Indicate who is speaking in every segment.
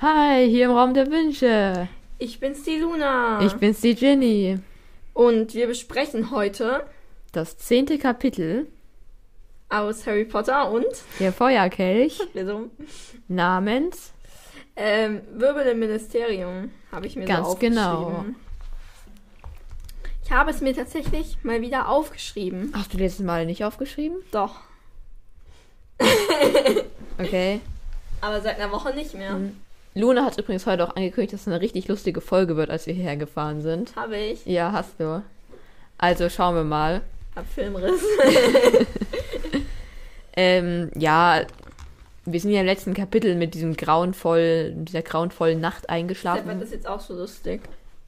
Speaker 1: hier im Raum der Wünsche.
Speaker 2: Ich bin's, die Luna.
Speaker 1: Ich bin's, die Ginny.
Speaker 2: Und wir besprechen heute
Speaker 1: Das zehnte Kapitel,
Speaker 2: aus Harry Potter und
Speaker 1: der Feuerkelch,
Speaker 2: mir so,
Speaker 1: namens
Speaker 2: ähm, Wirbel im Ministerium habe ich mir
Speaker 1: Ganz
Speaker 2: so aufgeschrieben.
Speaker 1: genau.
Speaker 2: Ich habe es mir tatsächlich mal wieder aufgeschrieben.
Speaker 1: Hast du letztes Mal nicht aufgeschrieben?
Speaker 2: Doch,
Speaker 1: Okay.
Speaker 2: aber seit einer Woche nicht mehr.
Speaker 1: Luna hat übrigens heute auch angekündigt, dass es eine richtig lustige Folge wird, als wir hierher gefahren sind.
Speaker 2: Habe ich.
Speaker 1: Ja, hast du. Also schauen wir mal.
Speaker 2: Hab Filmriss.
Speaker 1: Ähm, ja, wir sind ja im letzten Kapitel mit diesem grauenvollen, dieser grauenvollen Nacht
Speaker 2: Deshalb wird
Speaker 1: eingeschlafen,
Speaker 2: das jetzt auch so lustig.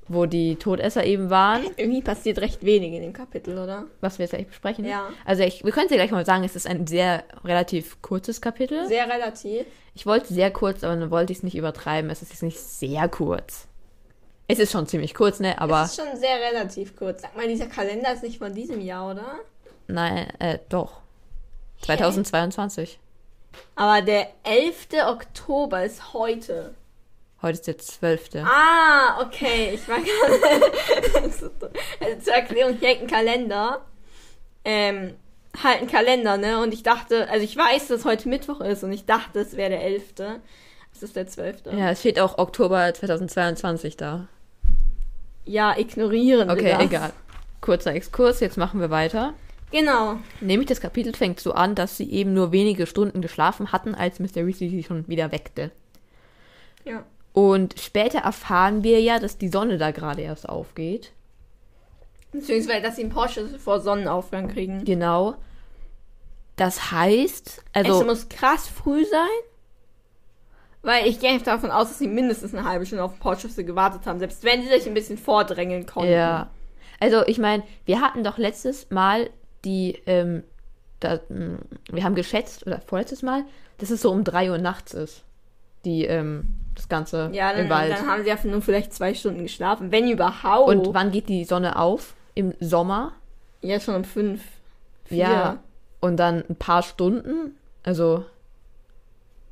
Speaker 1: wo die Todesser eben waren.
Speaker 2: Irgendwie passiert recht wenig in dem Kapitel, oder?
Speaker 1: was wir jetzt gleich besprechen.
Speaker 2: Ja.
Speaker 1: Also ich, wir können es ja gleich mal sagen, es ist ein sehr relativ kurzes Kapitel.
Speaker 2: Sehr relativ.
Speaker 1: ich wollte es sehr kurz, aber dann wollte ich es nicht übertreiben. Es ist jetzt nicht sehr kurz. Es ist schon ziemlich kurz, ne? Aber
Speaker 2: Das ist schon sehr relativ kurz. Sag mal, dieser Kalender ist nicht von diesem Jahr, oder?
Speaker 1: nein, äh, doch. 2022.
Speaker 2: Aber der 11. Oktober ist heute.
Speaker 1: Heute ist der 12.
Speaker 2: Ah, okay. Ich war gerade. also zur Erklärung, ich hängt ein Kalender. Ähm, halt ein Kalender, ne? Und ich dachte, also ich weiß, dass heute Mittwoch ist und ich dachte, es wäre der 11. Es ist der 12.
Speaker 1: Ja, es steht auch Oktober 2022 da.
Speaker 2: Ja, ignorieren wir
Speaker 1: Okay,
Speaker 2: das.
Speaker 1: egal. Kurzer Exkurs, jetzt machen wir weiter.
Speaker 2: Genau.
Speaker 1: Nämlich das Kapitel fängt so an, dass sie eben nur wenige Stunden geschlafen hatten, als Mr. Weasley sie schon wieder weckte.
Speaker 2: Ja.
Speaker 1: Und später erfahren wir ja, dass die Sonne da gerade erst aufgeht.
Speaker 2: Beziehungsweise, dass sie einen Porsche vor Sonnenaufgang kriegen.
Speaker 1: Genau. Das heißt, also
Speaker 2: es muss krass früh sein. Weil ich gehe davon aus, dass sie mindestens eine halbe Stunde auf den Portschüsse gewartet haben, selbst wenn sie sich ein bisschen vordrängeln konnten.
Speaker 1: ja, also ich meine, wir hatten doch letztes Mal die, ähm, da, mh, wir haben geschätzt oder vorletztes Mal, dass es so um 3 Uhr nachts ist, die ähm, das ganze
Speaker 2: Ja, dann,
Speaker 1: im Wald.
Speaker 2: dann haben sie einfach nur vielleicht zwei Stunden geschlafen, wenn überhaupt.
Speaker 1: Und wann geht die Sonne auf? Im Sommer.
Speaker 2: ja, schon um fünf. Vier.
Speaker 1: Ja. Und dann ein paar Stunden. Also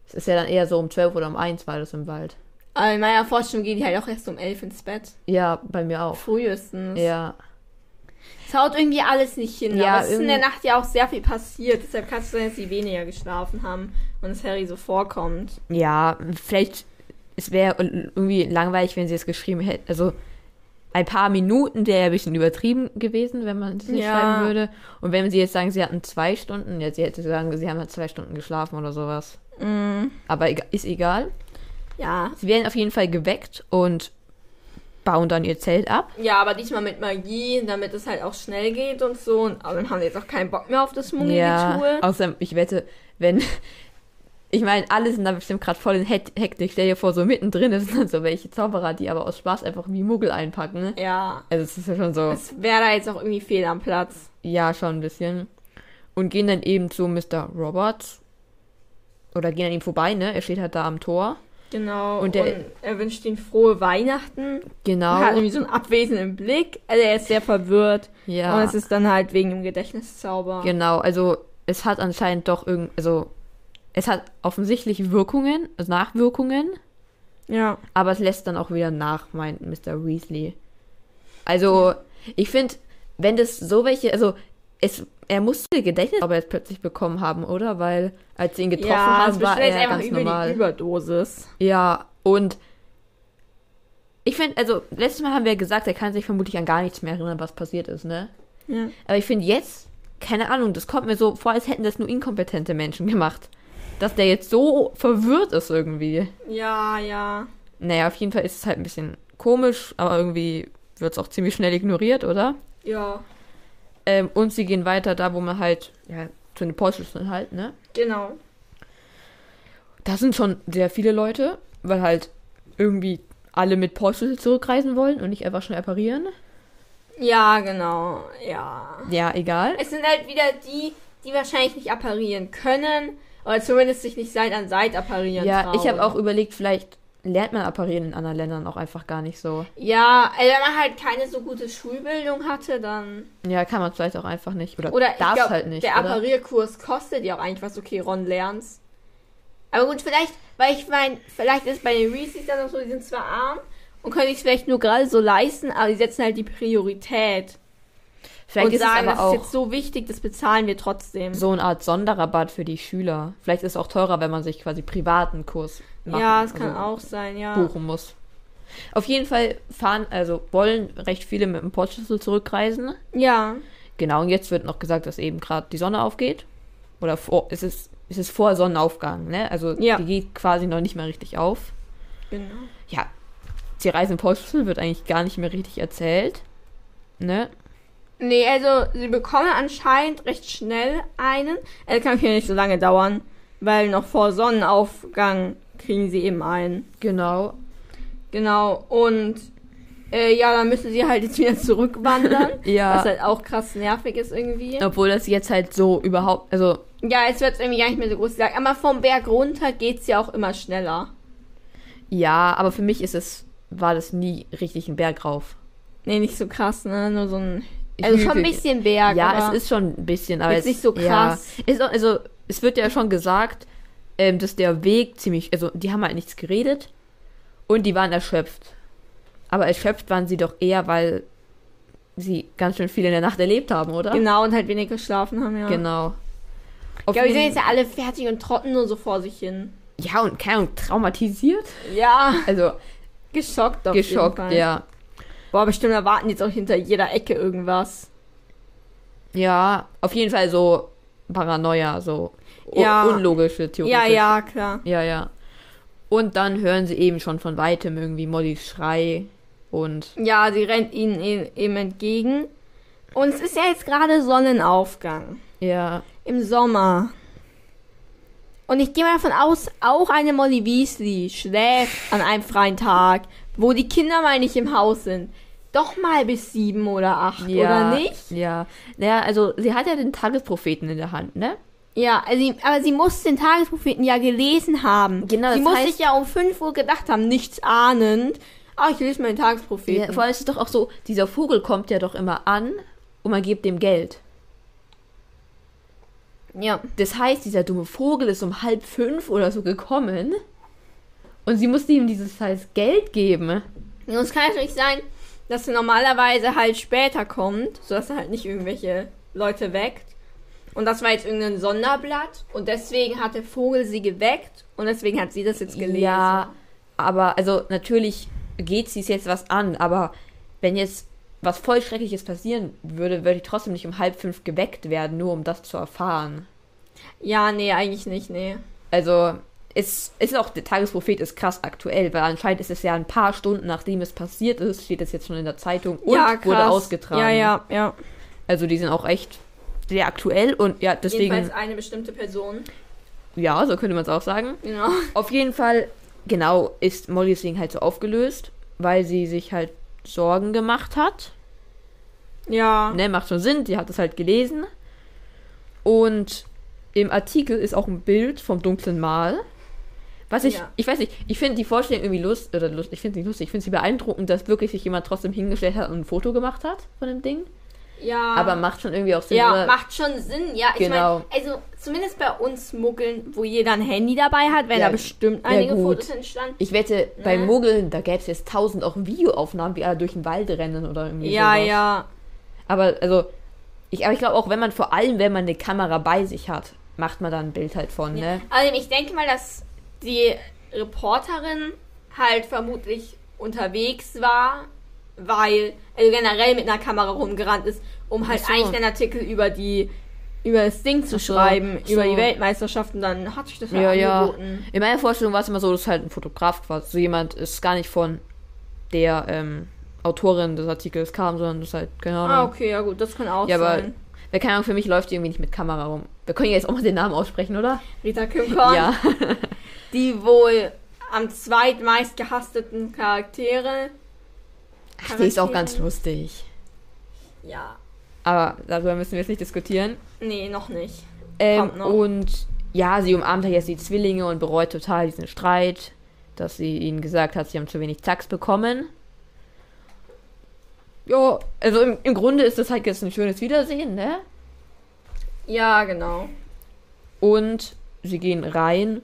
Speaker 1: es ist ja dann eher so um 12 oder um 1 war das im Wald.
Speaker 2: Aber in meiner Vorstellung gehen die halt auch erst um elf ins Bett.
Speaker 1: Ja, bei mir auch.
Speaker 2: Frühestens.
Speaker 1: Ja,
Speaker 2: Es haut irgendwie alles nicht hin.
Speaker 1: Ja,
Speaker 2: aber es ist in der
Speaker 1: irgendwie-
Speaker 2: Nacht ja auch sehr viel passiert. Deshalb kannst du sagen, dass sie weniger geschlafen haben und dass Harry so vorkommt.
Speaker 1: ja, vielleicht, es wäre irgendwie langweilig, wenn sie es geschrieben hätten. Also ein paar Minuten wäre ja ein bisschen übertrieben gewesen, wenn man es nicht
Speaker 2: Ja.
Speaker 1: schreiben würde. Und wenn sie jetzt sagen, sie hatten zwei Stunden, ja, sie hätte sagen, sie haben halt zwei Stunden geschlafen oder sowas. Aber ega- ist egal.
Speaker 2: Ja.
Speaker 1: Sie werden auf jeden Fall geweckt und bauen dann ihr Zelt ab.
Speaker 2: Ja, aber diesmal mit Magie, damit es halt auch schnell geht und so. Und aber dann haben wir jetzt auch keinen Bock mehr auf das Mummelige Tue.
Speaker 1: Außerdem, ich wette, wenn. Ich meine, alle sind da bestimmt gerade voll in Hek- Hektik. Stell dir vor, so mittendrin sind dann so welche Zauberer, die aber aus Spaß einfach wie Muggel einpacken. Ne?
Speaker 2: Ja.
Speaker 1: Also es ist ja schon so,
Speaker 2: Es wäre da jetzt auch irgendwie fehl am Platz.
Speaker 1: ja, schon ein bisschen. Und gehen dann eben zu Mr. Roberts. Oder gehen an ihm vorbei, ne? Er steht halt da am Tor.
Speaker 2: Genau.
Speaker 1: Und der-
Speaker 2: er wünscht ihnen frohe Weihnachten. Er hat
Speaker 1: Genau.
Speaker 2: irgendwie so einen abwesenden Blick. Also er ist sehr verwirrt. Und
Speaker 1: Ja,
Speaker 2: es ist dann halt wegen dem Gedächtniszauber.
Speaker 1: genau. Also es hat anscheinend doch irgend, also es hat offensichtlich Wirkungen, also Nachwirkungen,
Speaker 2: Ja.
Speaker 1: aber es lässt dann auch wieder nach, meint Mr. Weasley. Also ich finde, wenn das so welche, also es, er musste Gedächtnis, aber jetzt plötzlich bekommen haben, oder? Weil als sie ihn getroffen
Speaker 2: Ja, es
Speaker 1: haben, war
Speaker 2: bestimmt jetzt
Speaker 1: er
Speaker 2: einfach
Speaker 1: ganz
Speaker 2: über die
Speaker 1: normal.
Speaker 2: Überdosis.
Speaker 1: Ja, und ich finde, also letztes Mal haben wir gesagt, er kann sich vermutlich an gar nichts mehr erinnern, was passiert ist, ne?
Speaker 2: Ja.
Speaker 1: Aber ich finde jetzt, keine Ahnung, das kommt mir so vor, als hätten das nur inkompetente Menschen gemacht. Dass der jetzt so verwirrt ist irgendwie.
Speaker 2: Ja, ja.
Speaker 1: Naja, auf jeden Fall ist es halt ein bisschen komisch, aber irgendwie wird es auch ziemlich schnell ignoriert, oder?
Speaker 2: Ja.
Speaker 1: Ähm, und sie gehen weiter da, wo man halt, ja, zu den Portschüssen halt, ne?
Speaker 2: Genau.
Speaker 1: Da sind schon sehr viele Leute, weil halt irgendwie alle mit Portschlüssel zurückreisen wollen und nicht einfach schnell apparieren.
Speaker 2: Ja, genau. Ja.
Speaker 1: Ja, egal.
Speaker 2: Es sind halt wieder die, die wahrscheinlich nicht apparieren können. Oder zumindest sich nicht Seit an Seit apparieren
Speaker 1: Ja, ich
Speaker 2: trauen.
Speaker 1: habe auch überlegt, vielleicht lernt man apparieren in anderen Ländern auch einfach gar nicht so.
Speaker 2: Ja, also wenn man halt keine so gute Schulbildung hatte, dann.
Speaker 1: Ja, kann man vielleicht auch einfach nicht. Oder,
Speaker 2: Oder ich
Speaker 1: darf
Speaker 2: glaub,
Speaker 1: halt nicht.
Speaker 2: der
Speaker 1: oder?
Speaker 2: Apparierkurs kostet ja auch eigentlich was. Okay, Ron lernt's. Aber gut, vielleicht, weil ich meine, vielleicht ist bei den Reese's dann auch so, die sind zwar arm und können sich vielleicht nur gerade so leisten, aber die setzen halt die Priorität.
Speaker 1: Vielleicht
Speaker 2: und
Speaker 1: ist es
Speaker 2: sagen,
Speaker 1: aber
Speaker 2: das ist
Speaker 1: auch
Speaker 2: jetzt so wichtig, das bezahlen wir trotzdem.
Speaker 1: so eine Art Sonderrabatt für die Schüler. Vielleicht ist es auch teurer, wenn man sich quasi privaten Kurs machen,
Speaker 2: ja, es kann
Speaker 1: also
Speaker 2: auch sein, ja.
Speaker 1: buchen muss. Auf jeden Fall fahren, also wollen recht viele mit dem Portschlüssel zurückreisen.
Speaker 2: Ja.
Speaker 1: Genau, und jetzt wird noch gesagt, dass eben gerade die Sonne aufgeht. Oder vor, es, ist, es ist vor Sonnenaufgang, ne? Also
Speaker 2: Ja.
Speaker 1: die geht quasi noch nicht mal richtig auf.
Speaker 2: Genau.
Speaker 1: Ja, die Reise im Portschlüssel wird eigentlich gar nicht mehr richtig erzählt. Ne?
Speaker 2: Nee, also sie bekommen anscheinend recht schnell einen. Es kann hier nicht so lange dauern, weil noch vor Sonnenaufgang kriegen sie eben einen.
Speaker 1: Genau.
Speaker 2: Genau. Und äh, ja, dann müssen sie halt jetzt wieder zurückwandern.
Speaker 1: Ja.
Speaker 2: Was halt auch krass nervig ist irgendwie.
Speaker 1: Obwohl das jetzt halt so überhaupt, also
Speaker 2: Ja, jetzt wird's irgendwie gar nicht mehr so groß gesagt. Aber vom Berg runter geht's ja auch immer schneller.
Speaker 1: ja, aber für mich ist es, war das nie richtig ein Berg rauf.
Speaker 2: Nee, nicht so krass, ne? Nur so ein. Also schon ein
Speaker 1: Hügel.
Speaker 2: bisschen Berg.
Speaker 1: Ja,
Speaker 2: aber
Speaker 1: es ist schon ein bisschen, aber
Speaker 2: jetzt
Speaker 1: es-
Speaker 2: nicht so krass.
Speaker 1: Ja, ist, auch- also es wird ja schon gesagt, ähm, dass der Weg ziemlich, also die haben halt nichts geredet und die waren erschöpft. Aber erschöpft waren sie doch eher, weil sie ganz schön viel in der Nacht erlebt haben, oder?
Speaker 2: Genau, und halt wenig geschlafen haben, ja.
Speaker 1: Genau.
Speaker 2: Ich
Speaker 1: Auf
Speaker 2: glaube, die sind
Speaker 1: jeden-
Speaker 2: jetzt ja alle fertig und trotten nur so vor sich hin.
Speaker 1: ja, und keine Ahnung, traumatisiert.
Speaker 2: Ja.
Speaker 1: Also
Speaker 2: Geschockt auf
Speaker 1: geschockt,
Speaker 2: jeden Fall.
Speaker 1: ja.
Speaker 2: Boah, bestimmt erwarten jetzt auch hinter jeder Ecke irgendwas.
Speaker 1: Ja, auf jeden Fall so Paranoia, so u-
Speaker 2: Ja.
Speaker 1: unlogische Theorien.
Speaker 2: Ja, ja, klar.
Speaker 1: Ja, ja. Und dann hören sie eben schon von weitem irgendwie Mollys Schrei und
Speaker 2: Ja, sie rennt ihnen e- eben entgegen. Und es ist ja jetzt gerade Sonnenaufgang.
Speaker 1: ja,
Speaker 2: Im Sommer. Und ich gehe mal davon aus, auch eine Molly Weasley schläft an einem freien Tag, wo die Kinder mal nicht im Haus sind. Doch mal bis sieben oder acht,
Speaker 1: ja
Speaker 2: oder nicht?
Speaker 1: Ja. Naja, also sie hat ja den Tagespropheten in der Hand, ne?
Speaker 2: Ja, also sie, aber sie muss den Tagespropheten ja gelesen haben.
Speaker 1: Genau,
Speaker 2: sie
Speaker 1: das
Speaker 2: muss
Speaker 1: heißt-
Speaker 2: sich ja um 5 Uhr gedacht haben, nichts ahnend. Ah, ich lese meinen Tagespropheten.
Speaker 1: Ja, vor allem ist es doch auch so, dieser Vogel kommt ja doch immer an und man gibt dem Geld.
Speaker 2: Ja.
Speaker 1: Das heißt, dieser dumme Vogel ist um halb fünf oder so gekommen und sie musste ihm dieses scheiß Geld geben.
Speaker 2: Und es kann natürlich sein, dass er normalerweise halt später kommt, sodass er halt nicht irgendwelche Leute weckt. Und das war jetzt irgendein Sonderblatt und deswegen hat der Vogel sie geweckt und deswegen hat sie das jetzt gelesen.
Speaker 1: Ja, aber also natürlich geht sie es jetzt was an, aber wenn jetzt was voll Schreckliches passieren würde, würde ich trotzdem nicht um halb fünf geweckt werden, nur um das zu erfahren.
Speaker 2: Ja, nee, eigentlich nicht, nee.
Speaker 1: Also es ist auch, der Tagesprophet ist krass aktuell, weil anscheinend ist es ja ein paar Stunden nachdem es passiert ist, steht es jetzt schon in der Zeitung und
Speaker 2: ja, krass.
Speaker 1: wurde ausgetragen.
Speaker 2: Ja, ja, ja.
Speaker 1: Also die sind auch echt sehr aktuell und ja, deswegen,
Speaker 2: Jedenfalls eine bestimmte Person.
Speaker 1: ja, so könnte man es auch sagen.
Speaker 2: Genau.
Speaker 1: Auf jeden Fall, genau, ist Mollys Ding halt so aufgelöst, weil sie sich halt Sorgen gemacht hat.
Speaker 2: Ja.
Speaker 1: Ne, macht schon Sinn, die hat es halt gelesen. Und im Artikel ist auch ein Bild vom dunklen Mal. Was ich,
Speaker 2: Ja.
Speaker 1: ich weiß nicht, ich finde die Vorstellung irgendwie lustig, oder lust, ich finde sie nicht lustig, ich finde sie beeindruckend, dass wirklich sich jemand trotzdem hingestellt hat und ein Foto gemacht hat von dem Ding.
Speaker 2: Ja.
Speaker 1: Aber macht schon irgendwie auch Sinn.
Speaker 2: Ja,
Speaker 1: oder?
Speaker 2: macht schon Sinn, ja. Ich
Speaker 1: Genau.
Speaker 2: meine, also zumindest bei uns Muggeln, wo jeder ein Handy dabei hat, werden
Speaker 1: Ja,
Speaker 2: da bestimmt
Speaker 1: ja,
Speaker 2: einige
Speaker 1: gut.
Speaker 2: Fotos entstanden.
Speaker 1: Ich wette, bei
Speaker 2: Ne?
Speaker 1: Muggeln, da gäbe es jetzt tausend auch Videoaufnahmen, wie alle durch den Wald rennen oder irgendwie
Speaker 2: Ja,
Speaker 1: sowas.
Speaker 2: ja.
Speaker 1: Aber also, ich, aber ich glaube auch, wenn man vor allem, wenn man eine Kamera bei sich hat, macht man da ein Bild halt von, ne?
Speaker 2: Also ich denke mal, dass die Reporterin halt vermutlich unterwegs war, weil, also generell mit einer Kamera rumgerannt ist, um halt
Speaker 1: Ach so.
Speaker 2: eigentlich einen Artikel über die über das Ding zu
Speaker 1: so,
Speaker 2: schreiben,
Speaker 1: so.
Speaker 2: über die Weltmeisterschaft und dann hat sich das ja,
Speaker 1: Ja, ja.
Speaker 2: angeboten.
Speaker 1: In meiner Vorstellung war es immer so, dass halt ein Fotograf quasi, so jemand ist gar nicht von der ähm, Autorin des Artikels kam, sondern das ist halt, keine Ahnung.
Speaker 2: Ah, okay, ja gut, das kann auch
Speaker 1: Ja, aber,
Speaker 2: sein.
Speaker 1: weil, keine Ahnung, für mich läuft die irgendwie nicht mit Kamera rum. Wir können ja jetzt auch mal den Namen aussprechen, oder?
Speaker 2: Rita Kimkorn.
Speaker 1: Ja.
Speaker 2: die wohl am zweitmeist gehassteten Charaktere.
Speaker 1: Ach, die ist auch ganz
Speaker 2: Charaktere.
Speaker 1: lustig.
Speaker 2: Ja.
Speaker 1: Aber darüber müssen wir jetzt nicht diskutieren.
Speaker 2: Nee, noch nicht.
Speaker 1: Ähm,
Speaker 2: Kommt noch.
Speaker 1: und ja, sie umarmt halt jetzt die Zwillinge und bereut total diesen Streit, dass sie ihnen gesagt hat, sie haben zu wenig Zacks bekommen. Ja, also im, im Grunde ist das halt jetzt ein schönes Wiedersehen, ne?
Speaker 2: Ja, genau.
Speaker 1: Und sie gehen rein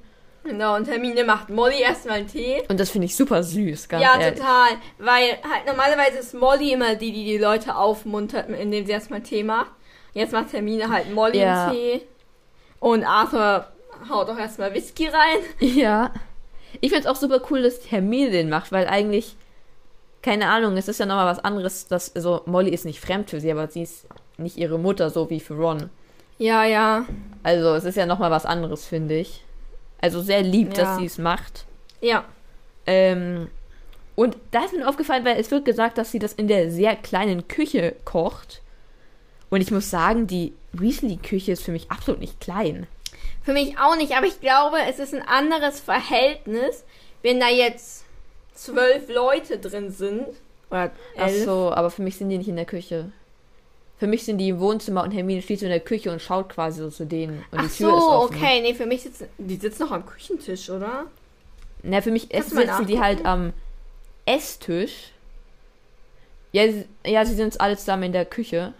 Speaker 2: Genau, und Hermine macht Molly erstmal einen Tee.
Speaker 1: Und das finde ich super süß, ganz
Speaker 2: ja,
Speaker 1: ehrlich.
Speaker 2: total. Weil halt normalerweise ist Molly immer die, die die Leute aufmuntert, indem sie erstmal Tee macht. Jetzt macht Hermine halt Molly
Speaker 1: Ja.
Speaker 2: einen Tee. Und Arthur haut auch erstmal Whisky rein.
Speaker 1: Ja. Ich finde es auch super cool, dass Hermine den macht, weil eigentlich, keine Ahnung, es ist ja nochmal was anderes, dass, also Molly ist nicht fremd für sie, aber sie ist nicht ihre Mutter, so wie für Ron.
Speaker 2: Ja, ja.
Speaker 1: Also es ist ja nochmal was anderes, finde ich. Also sehr lieb,
Speaker 2: Ja.
Speaker 1: dass sie es macht.
Speaker 2: Ja.
Speaker 1: Ähm, und da ist mir aufgefallen, weil es wird gesagt, dass sie das in der sehr kleinen Küche kocht. Und ich muss sagen, die Weasley-Küche ist für mich absolut nicht klein.
Speaker 2: Für mich auch nicht, aber ich glaube, es ist ein anderes Verhältnis, wenn da jetzt zwölf Leute drin sind. Oder
Speaker 1: Ach
Speaker 2: elf.
Speaker 1: so, aber für mich sind die nicht in der Küche. Für mich sind die im Wohnzimmer und Hermine steht so in der Küche und schaut quasi so zu denen. Und
Speaker 2: Ach
Speaker 1: die Tür ist
Speaker 2: so,
Speaker 1: offen.
Speaker 2: okay. Nee, für mich sitzen. Die sitzen noch am Küchentisch, oder?
Speaker 1: Na, für mich
Speaker 2: Kannst du
Speaker 1: essen,
Speaker 2: mal
Speaker 1: sitzen die halt am Esstisch. Ja, sie- ja, sie sind alle zusammen in der Küche.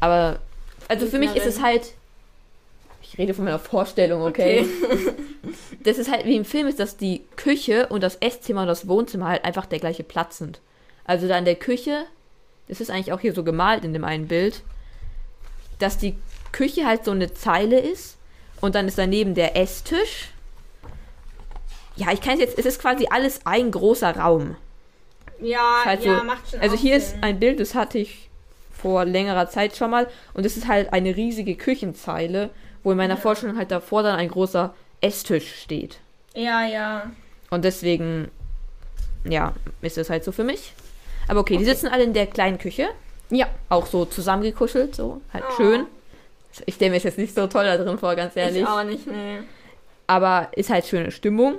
Speaker 1: Aber, also für mich ist es halt. Ich rede von meiner Vorstellung, okay? Das ist halt wie im Film ist, dass die Küche und das Esszimmer und das Wohnzimmer halt einfach der gleiche Platz sind. Also da in der Küche, das ist eigentlich auch hier so gemalt in dem einen Bild, dass die Küche halt so eine Zeile ist und dann ist daneben der Esstisch. Ja, ich kann es jetzt, es ist quasi alles ein großer Raum.
Speaker 2: Ja,
Speaker 1: Halt
Speaker 2: ja,
Speaker 1: so-
Speaker 2: macht schon
Speaker 1: Also
Speaker 2: auch
Speaker 1: hier
Speaker 2: Sinn.
Speaker 1: ist ein Bild, das hatte ich vor längerer Zeit schon mal und es ist halt eine riesige Küchenzeile, wo in meiner Vorstellung halt davor dann ein großer Esstisch steht.
Speaker 2: Ja, ja.
Speaker 1: Und deswegen, ja, ist das halt so für mich. Aber okay, die sitzen alle in der kleinen Küche.
Speaker 2: Ja.
Speaker 1: Auch so zusammengekuschelt, so halt
Speaker 2: Oh.
Speaker 1: schön. Ich stelle mir es jetzt nicht so toll da drin vor, ganz ehrlich.
Speaker 2: Ich auch nicht, nee.
Speaker 1: Aber ist halt schöne Stimmung.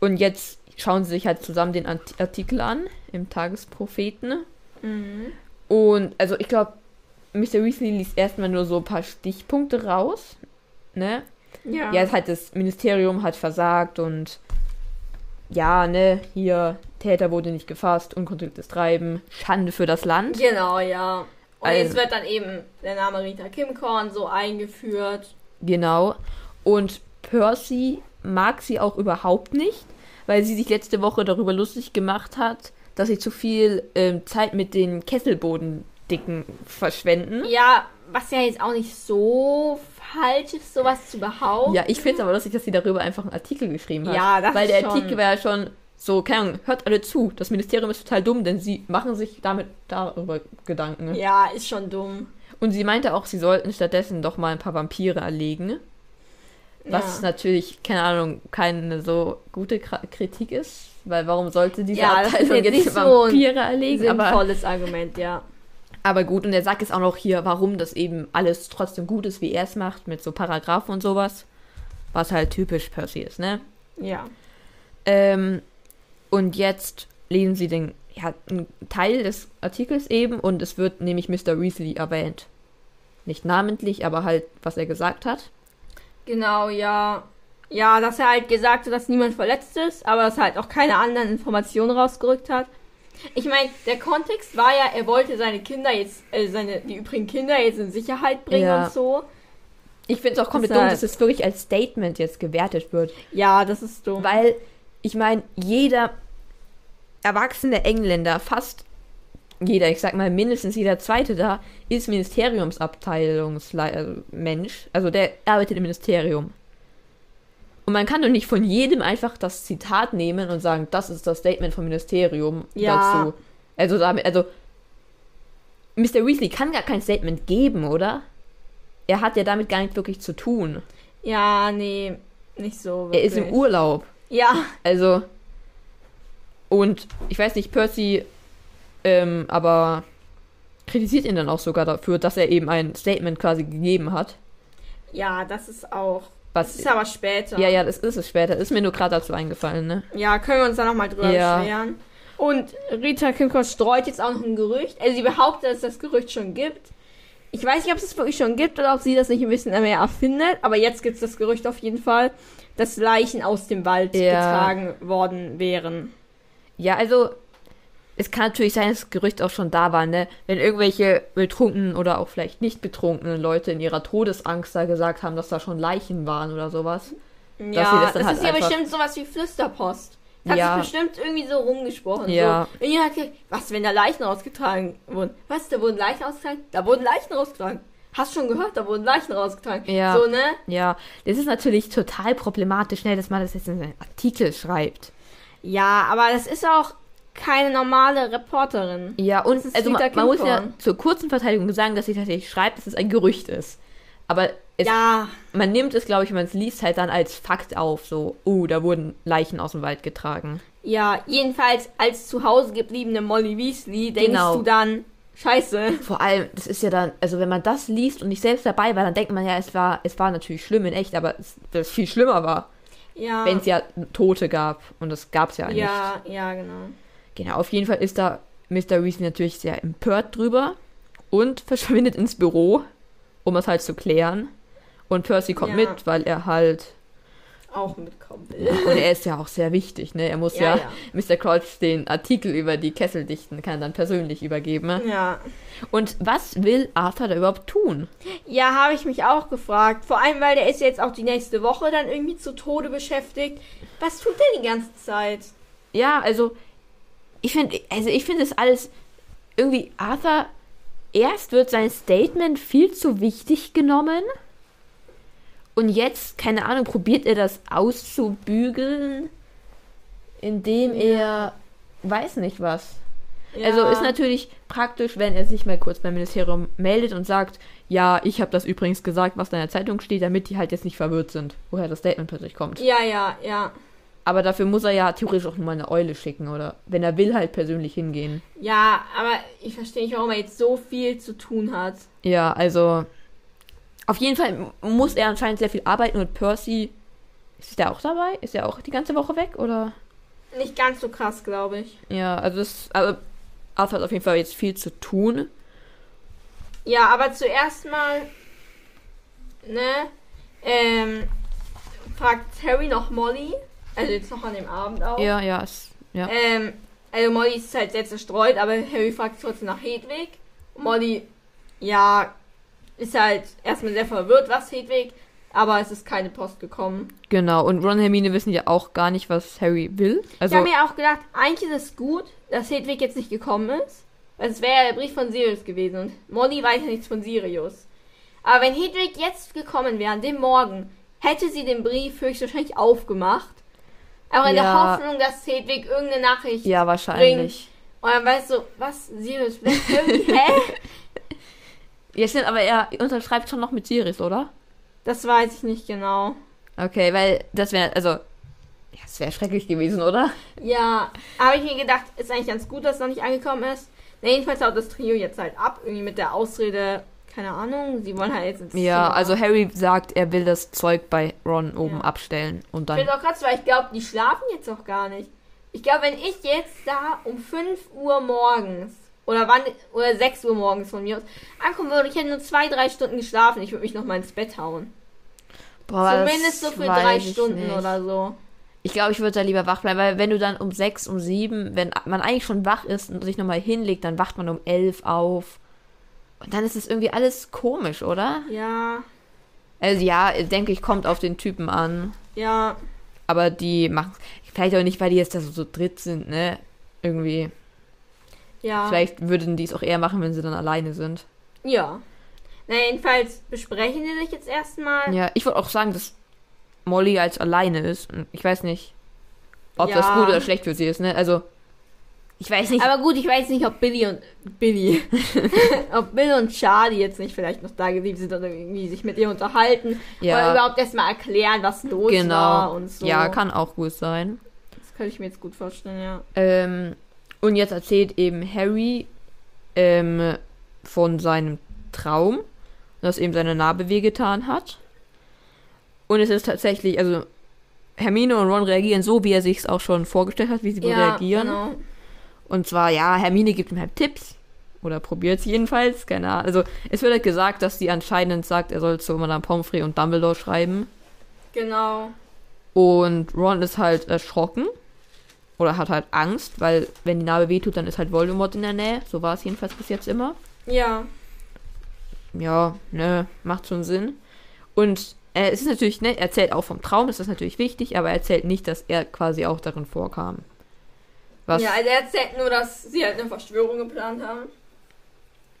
Speaker 1: Und jetzt schauen sie sich halt zusammen den Ant- Artikel an im Tagespropheten.
Speaker 2: Mhm.
Speaker 1: Und also ich glaube, Mr. Weasley liest erstmal nur so ein paar Stichpunkte raus. Ne?
Speaker 2: Ja.
Speaker 1: ja, es hat das Ministerium hat versagt und ja, ne, hier, Täter wurde nicht gefasst, unkontrolliertes Treiben, Schande für das Land.
Speaker 2: Genau, ja. Und
Speaker 1: Also-
Speaker 2: jetzt wird dann eben der Name Rita Kimkorn so eingeführt.
Speaker 1: Genau. Und Percy mag sie auch überhaupt nicht, weil sie sich letzte Woche darüber lustig gemacht hat, dass sie zu viel ähm, Zeit mit den Kesselbodendicken verschwenden.
Speaker 2: Ja, was ja jetzt auch nicht so falsch ist, sowas zu behaupten.
Speaker 1: Ja, ich finde es aber lustig, dass sie darüber einfach einen Artikel geschrieben hat.
Speaker 2: Ja, das
Speaker 1: Weil der
Speaker 2: schon.
Speaker 1: Artikel war ja schon so, keine Ahnung, hört alle zu. Das Ministerium ist total dumm, denn sie machen sich damit darüber Gedanken.
Speaker 2: Ja, ist schon dumm.
Speaker 1: Und sie meinte auch, sie sollten stattdessen doch mal ein paar Vampire erlegen. Was
Speaker 2: ja.
Speaker 1: natürlich, keine Ahnung, keine so gute Kra Kritik ist. Weil warum sollte diese
Speaker 2: Ja, das ist
Speaker 1: Abteilung
Speaker 2: jetzt
Speaker 1: jetzt,
Speaker 2: nicht so ein
Speaker 1: Vampire erlegen? Aber,
Speaker 2: sinnvolles Argument, ja.
Speaker 1: aber gut, und er sagt es auch noch hier, warum das eben alles trotzdem gut ist, wie er es macht, mit so Paragraphen und sowas. Was halt typisch Percy ist, ne?
Speaker 2: Ja.
Speaker 1: Ähm, und jetzt lesen sie den ja, einen Teil des Artikels eben und es wird nämlich Mr. Weasley erwähnt. Nicht namentlich, aber halt, was er gesagt hat.
Speaker 2: Genau, ja. Ja, dass er halt gesagt hat, dass niemand verletzt ist, aber dass er halt auch keine anderen Informationen rausgerückt hat. Ich meine, der Kontext war ja, er wollte seine Kinder jetzt, äh, seine, die übrigen Kinder jetzt in Sicherheit bringen
Speaker 1: Ja.
Speaker 2: und so.
Speaker 1: Ich finde es auch komplett dumm,
Speaker 2: Deshalb.
Speaker 1: dass es wirklich als Statement jetzt gewertet wird.
Speaker 2: Ja, das ist dumm.
Speaker 1: Weil, ich meine, jeder erwachsene Engländer, fast jeder, ich sag mal mindestens jeder zweite da, ist Ministeriumsabteilungsmensch. Also der arbeitet im Ministerium. Und man kann doch nicht von jedem einfach das Zitat nehmen und sagen, das ist das Statement vom Ministerium
Speaker 2: Ja.
Speaker 1: dazu. Also damit, also Mr. Weasley kann gar kein Statement geben, oder? Er hat ja damit gar nicht wirklich zu tun.
Speaker 2: Ja, nee, nicht so.
Speaker 1: Er ist im
Speaker 2: wirklich.
Speaker 1: Urlaub.
Speaker 2: Ja,
Speaker 1: Also, und ich weiß nicht, Percy, ähm, aber kritisiert ihn dann auch sogar dafür, dass er eben ein Statement quasi gegeben hat.
Speaker 2: ja, das ist auch. Das
Speaker 1: Was,
Speaker 2: ist aber später.
Speaker 1: ja, ja, das ist es später. Ist mir nur gerade dazu eingefallen, ne?
Speaker 2: Ja, können wir uns da nochmal drüber
Speaker 1: Ja.
Speaker 2: beschweren. Und Rita Kimco streut jetzt auch noch ein Gerücht. Also sie behauptet, dass es das Gerücht schon gibt. Ich weiß nicht, ob es es wirklich schon gibt oder ob sie das nicht ein bisschen mehr erfindet, aber jetzt gibt es das Gerücht auf jeden Fall, dass Leichen aus dem Wald
Speaker 1: Ja.
Speaker 2: getragen worden wären.
Speaker 1: Ja, also, es kann natürlich sein, dass das Gerücht auch schon da war, ne? Wenn irgendwelche betrunkenen oder auch vielleicht nicht betrunkenen Leute in ihrer Todesangst da gesagt haben, dass da schon Leichen waren oder sowas. dass sie
Speaker 2: Ja,
Speaker 1: das
Speaker 2: das,
Speaker 1: dann halt
Speaker 2: ist ja
Speaker 1: einfach-
Speaker 2: bestimmt sowas wie Flüsterpost. Hat
Speaker 1: Ja.
Speaker 2: sich bestimmt irgendwie so rumgesprochen.
Speaker 1: Ja.
Speaker 2: So. Und jemand hat gesagt, was, wenn da Leichen rausgetragen wurden? Was, da wurden Leichen rausgetragen? Da wurden Leichen rausgetragen. Hast schon gehört, da wurden Leichen rausgetragen.
Speaker 1: Ja.
Speaker 2: So, ne?
Speaker 1: Ja, das ist natürlich total problematisch, ne, dass man das jetzt in einen Artikel schreibt.
Speaker 2: Ja, aber das ist auch keine normale Reporterin.
Speaker 1: Ja, und
Speaker 2: ist
Speaker 1: also
Speaker 2: wie
Speaker 1: man,
Speaker 2: der
Speaker 1: man muss ja
Speaker 2: Kinkorn.
Speaker 1: zur kurzen Verteidigung sagen, dass sie tatsächlich schreibt, dass es ein Gerücht ist. Aber es,
Speaker 2: Ja,
Speaker 1: man nimmt es, glaube ich, wenn man es liest, halt dann als Fakt auf. So, oh, da wurden Leichen aus dem Wald getragen.
Speaker 2: ja. Jedenfalls als zu Hause gebliebene Molly Weasley denkst
Speaker 1: Genau.
Speaker 2: du dann, scheiße.
Speaker 1: Vor allem, das ist ja dann, also wenn man das liest und nicht selbst dabei war, dann denkt man ja, es war, es war natürlich schlimm in echt, aber es, das viel schlimmer war,
Speaker 2: Ja.
Speaker 1: wenn es ja Tote gab. Und das gab es ja, nicht.
Speaker 2: ja, ja, genau.
Speaker 1: Genau, auf jeden Fall ist da Mr. Weasley natürlich sehr empört drüber und verschwindet ins Büro, um es halt zu klären. Und Percy kommt
Speaker 2: Ja.
Speaker 1: mit, weil er halt.
Speaker 2: Auch mitkommen will.
Speaker 1: Und er ist ja auch sehr wichtig, ne? Er muss ja,
Speaker 2: Ja, ja.
Speaker 1: Mr. Crouch den Artikel über die Kesseldichten kann er dann persönlich übergeben. ne?
Speaker 2: Ja.
Speaker 1: Und was will Arthur da überhaupt tun?
Speaker 2: Ja, habe ich mich auch gefragt. Vor allem, weil der ist jetzt auch die nächste Woche dann irgendwie zu Tode beschäftigt. Was tut der die ganze Zeit?
Speaker 1: Ja, also ich finde, also ich finde es alles irgendwie Arthur. Erst wird sein Statement viel zu wichtig genommen und jetzt, keine Ahnung, probiert er das auszubügeln, indem er weiß nicht was.
Speaker 2: Ja.
Speaker 1: Also ist natürlich praktisch, wenn er sich mal kurz beim Ministerium meldet und sagt, ja, ich habe das übrigens gesagt, was da in der Zeitung steht, damit die halt jetzt nicht verwirrt sind, woher das Statement plötzlich kommt.
Speaker 2: Ja, ja, ja.
Speaker 1: Aber dafür muss er ja theoretisch auch nur mal eine Eule schicken, oder? Wenn er will, halt persönlich hingehen.
Speaker 2: Ja, aber ich verstehe nicht, warum er jetzt so viel zu tun hat.
Speaker 1: Ja, also. Auf jeden Fall m- muss er anscheinend sehr viel arbeiten und Percy. Ist der auch dabei? Ist er auch die ganze Woche weg, oder?
Speaker 2: Nicht ganz so krass, glaube ich.
Speaker 1: Ja, also das. Aber Arthur hat auf jeden Fall jetzt viel zu tun.
Speaker 2: Ja, aber zuerst mal, ne, ähm, fragt Harry noch Molly. Also jetzt noch an dem Abend auch.
Speaker 1: Ja, ja, es, ja.
Speaker 2: Ähm, also Molly ist halt sehr zerstreut, aber Harry fragt trotzdem nach Hedwig. Molly, ja, ist halt erstmal sehr verwirrt, was Hedwig, aber es ist keine Post gekommen.
Speaker 1: Genau. Und Ron und Hermine wissen ja auch gar nicht, was Harry will. Also.
Speaker 2: ich habe mir auch gedacht, eigentlich ist es gut, dass Hedwig jetzt nicht gekommen ist, weil es wäre ja der Brief von Sirius gewesen und Molly weiß ja nichts von Sirius. Aber wenn Hedwig jetzt gekommen wäre, an dem Morgen, hätte sie den Brief höchstwahrscheinlich aufgemacht. Aber in
Speaker 1: Ja.
Speaker 2: der Hoffnung, dass Hedwig irgendeine Nachricht
Speaker 1: ja, wahrscheinlich.
Speaker 2: Und dann weißt du, was? Sirius Black? Irgendwie, Hä?
Speaker 1: Ja, stimmt, aber er unterschreibt schon noch mit Sirius, oder?
Speaker 2: Das weiß ich nicht genau.
Speaker 1: Okay, weil das wäre. Also. Ja, es wäre schrecklich gewesen, oder?
Speaker 2: Ja, habe ich mir gedacht, ist eigentlich ganz gut, dass es noch nicht angekommen ist. Na, jedenfalls haut das Trio jetzt halt ab, irgendwie mit der Ausrede, keine Ahnung, sie wollen halt jetzt ins
Speaker 1: Ja,
Speaker 2: Zimmer.
Speaker 1: also Harry sagt, er will das Zeug bei Ron oben
Speaker 2: Ja.
Speaker 1: abstellen und
Speaker 2: Ich
Speaker 1: dann.
Speaker 2: finde auch krass, weil ich glaube, die schlafen jetzt auch gar nicht. Ich glaube, wenn ich jetzt da um 5 Uhr morgens oder wann oder 6 Uhr morgens von mir aus ankommen würde, ich hätte nur zwei, drei Stunden geschlafen, ich würde mich noch mal ins Bett hauen.
Speaker 1: Boah, das
Speaker 2: Zumindest so für
Speaker 1: weiß
Speaker 2: drei
Speaker 1: ich
Speaker 2: Stunden
Speaker 1: nicht.
Speaker 2: oder so.
Speaker 1: Ich glaube, ich würde da lieber wach bleiben, weil wenn du dann um sechs, um sieben, wenn man eigentlich schon wach ist und sich nochmal hinlegt, dann wacht man um elf auf. Und dann ist es irgendwie alles komisch, oder?
Speaker 2: Ja,
Speaker 1: Also ja, denke ich, kommt auf den Typen an.
Speaker 2: ja.
Speaker 1: Aber die machen vielleicht auch nicht, weil die jetzt da so, so dritt sind, ne? Irgendwie.
Speaker 2: Ja.
Speaker 1: Vielleicht würden die es auch eher machen, wenn sie dann alleine sind.
Speaker 2: Ja. Na, jedenfalls besprechen die sich jetzt erstmal.
Speaker 1: Ja, ich würde auch sagen, dass Molly als alleine ist. Und Ich weiß nicht, ob das
Speaker 2: Ja.
Speaker 1: gut oder schlecht für sie ist, ne? Also, ich weiß nicht.
Speaker 2: Aber gut, ich weiß nicht, ob Billy und. Billy. ob Bill und Charlie jetzt nicht vielleicht noch da geblieben sind oder irgendwie sich mit ihr unterhalten.
Speaker 1: Ja.
Speaker 2: Oder überhaupt erstmal erklären, was los war
Speaker 1: genau.
Speaker 2: und so.
Speaker 1: Ja, kann auch gut sein.
Speaker 2: Das könnte ich mir jetzt gut vorstellen, ja.
Speaker 1: Ähm, und jetzt erzählt eben Harry ähm, von seinem Traum, dass ihm seine Narbe wehgetan hat. Und es ist tatsächlich, also Hermine und Ron reagieren so, wie er sich es auch schon vorgestellt hat, wie sie wohl
Speaker 2: ja,
Speaker 1: reagieren.
Speaker 2: Genau.
Speaker 1: Und zwar, ja, Hermine gibt ihm halt Tipps. Oder probiert es jedenfalls, keine Ahnung. Also, es wird halt gesagt, dass sie anscheinend sagt, er soll zu Madame Pomfrey und Dumbledore schreiben.
Speaker 2: Genau.
Speaker 1: Und Ron ist halt erschrocken. Oder hat halt Angst, weil, wenn die Narbe wehtut, dann ist halt Voldemort in der Nähe. So war es jedenfalls bis jetzt immer.
Speaker 2: Ja.
Speaker 1: Ja, ne, macht schon Sinn. Und Äh, es ist natürlich, ne, er erzählt auch vom Traum, das ist natürlich wichtig, aber er erzählt nicht, dass er quasi auch darin vorkam. Was?
Speaker 2: Ja, also er erzählt nur, dass sie halt eine Verschwörung geplant haben.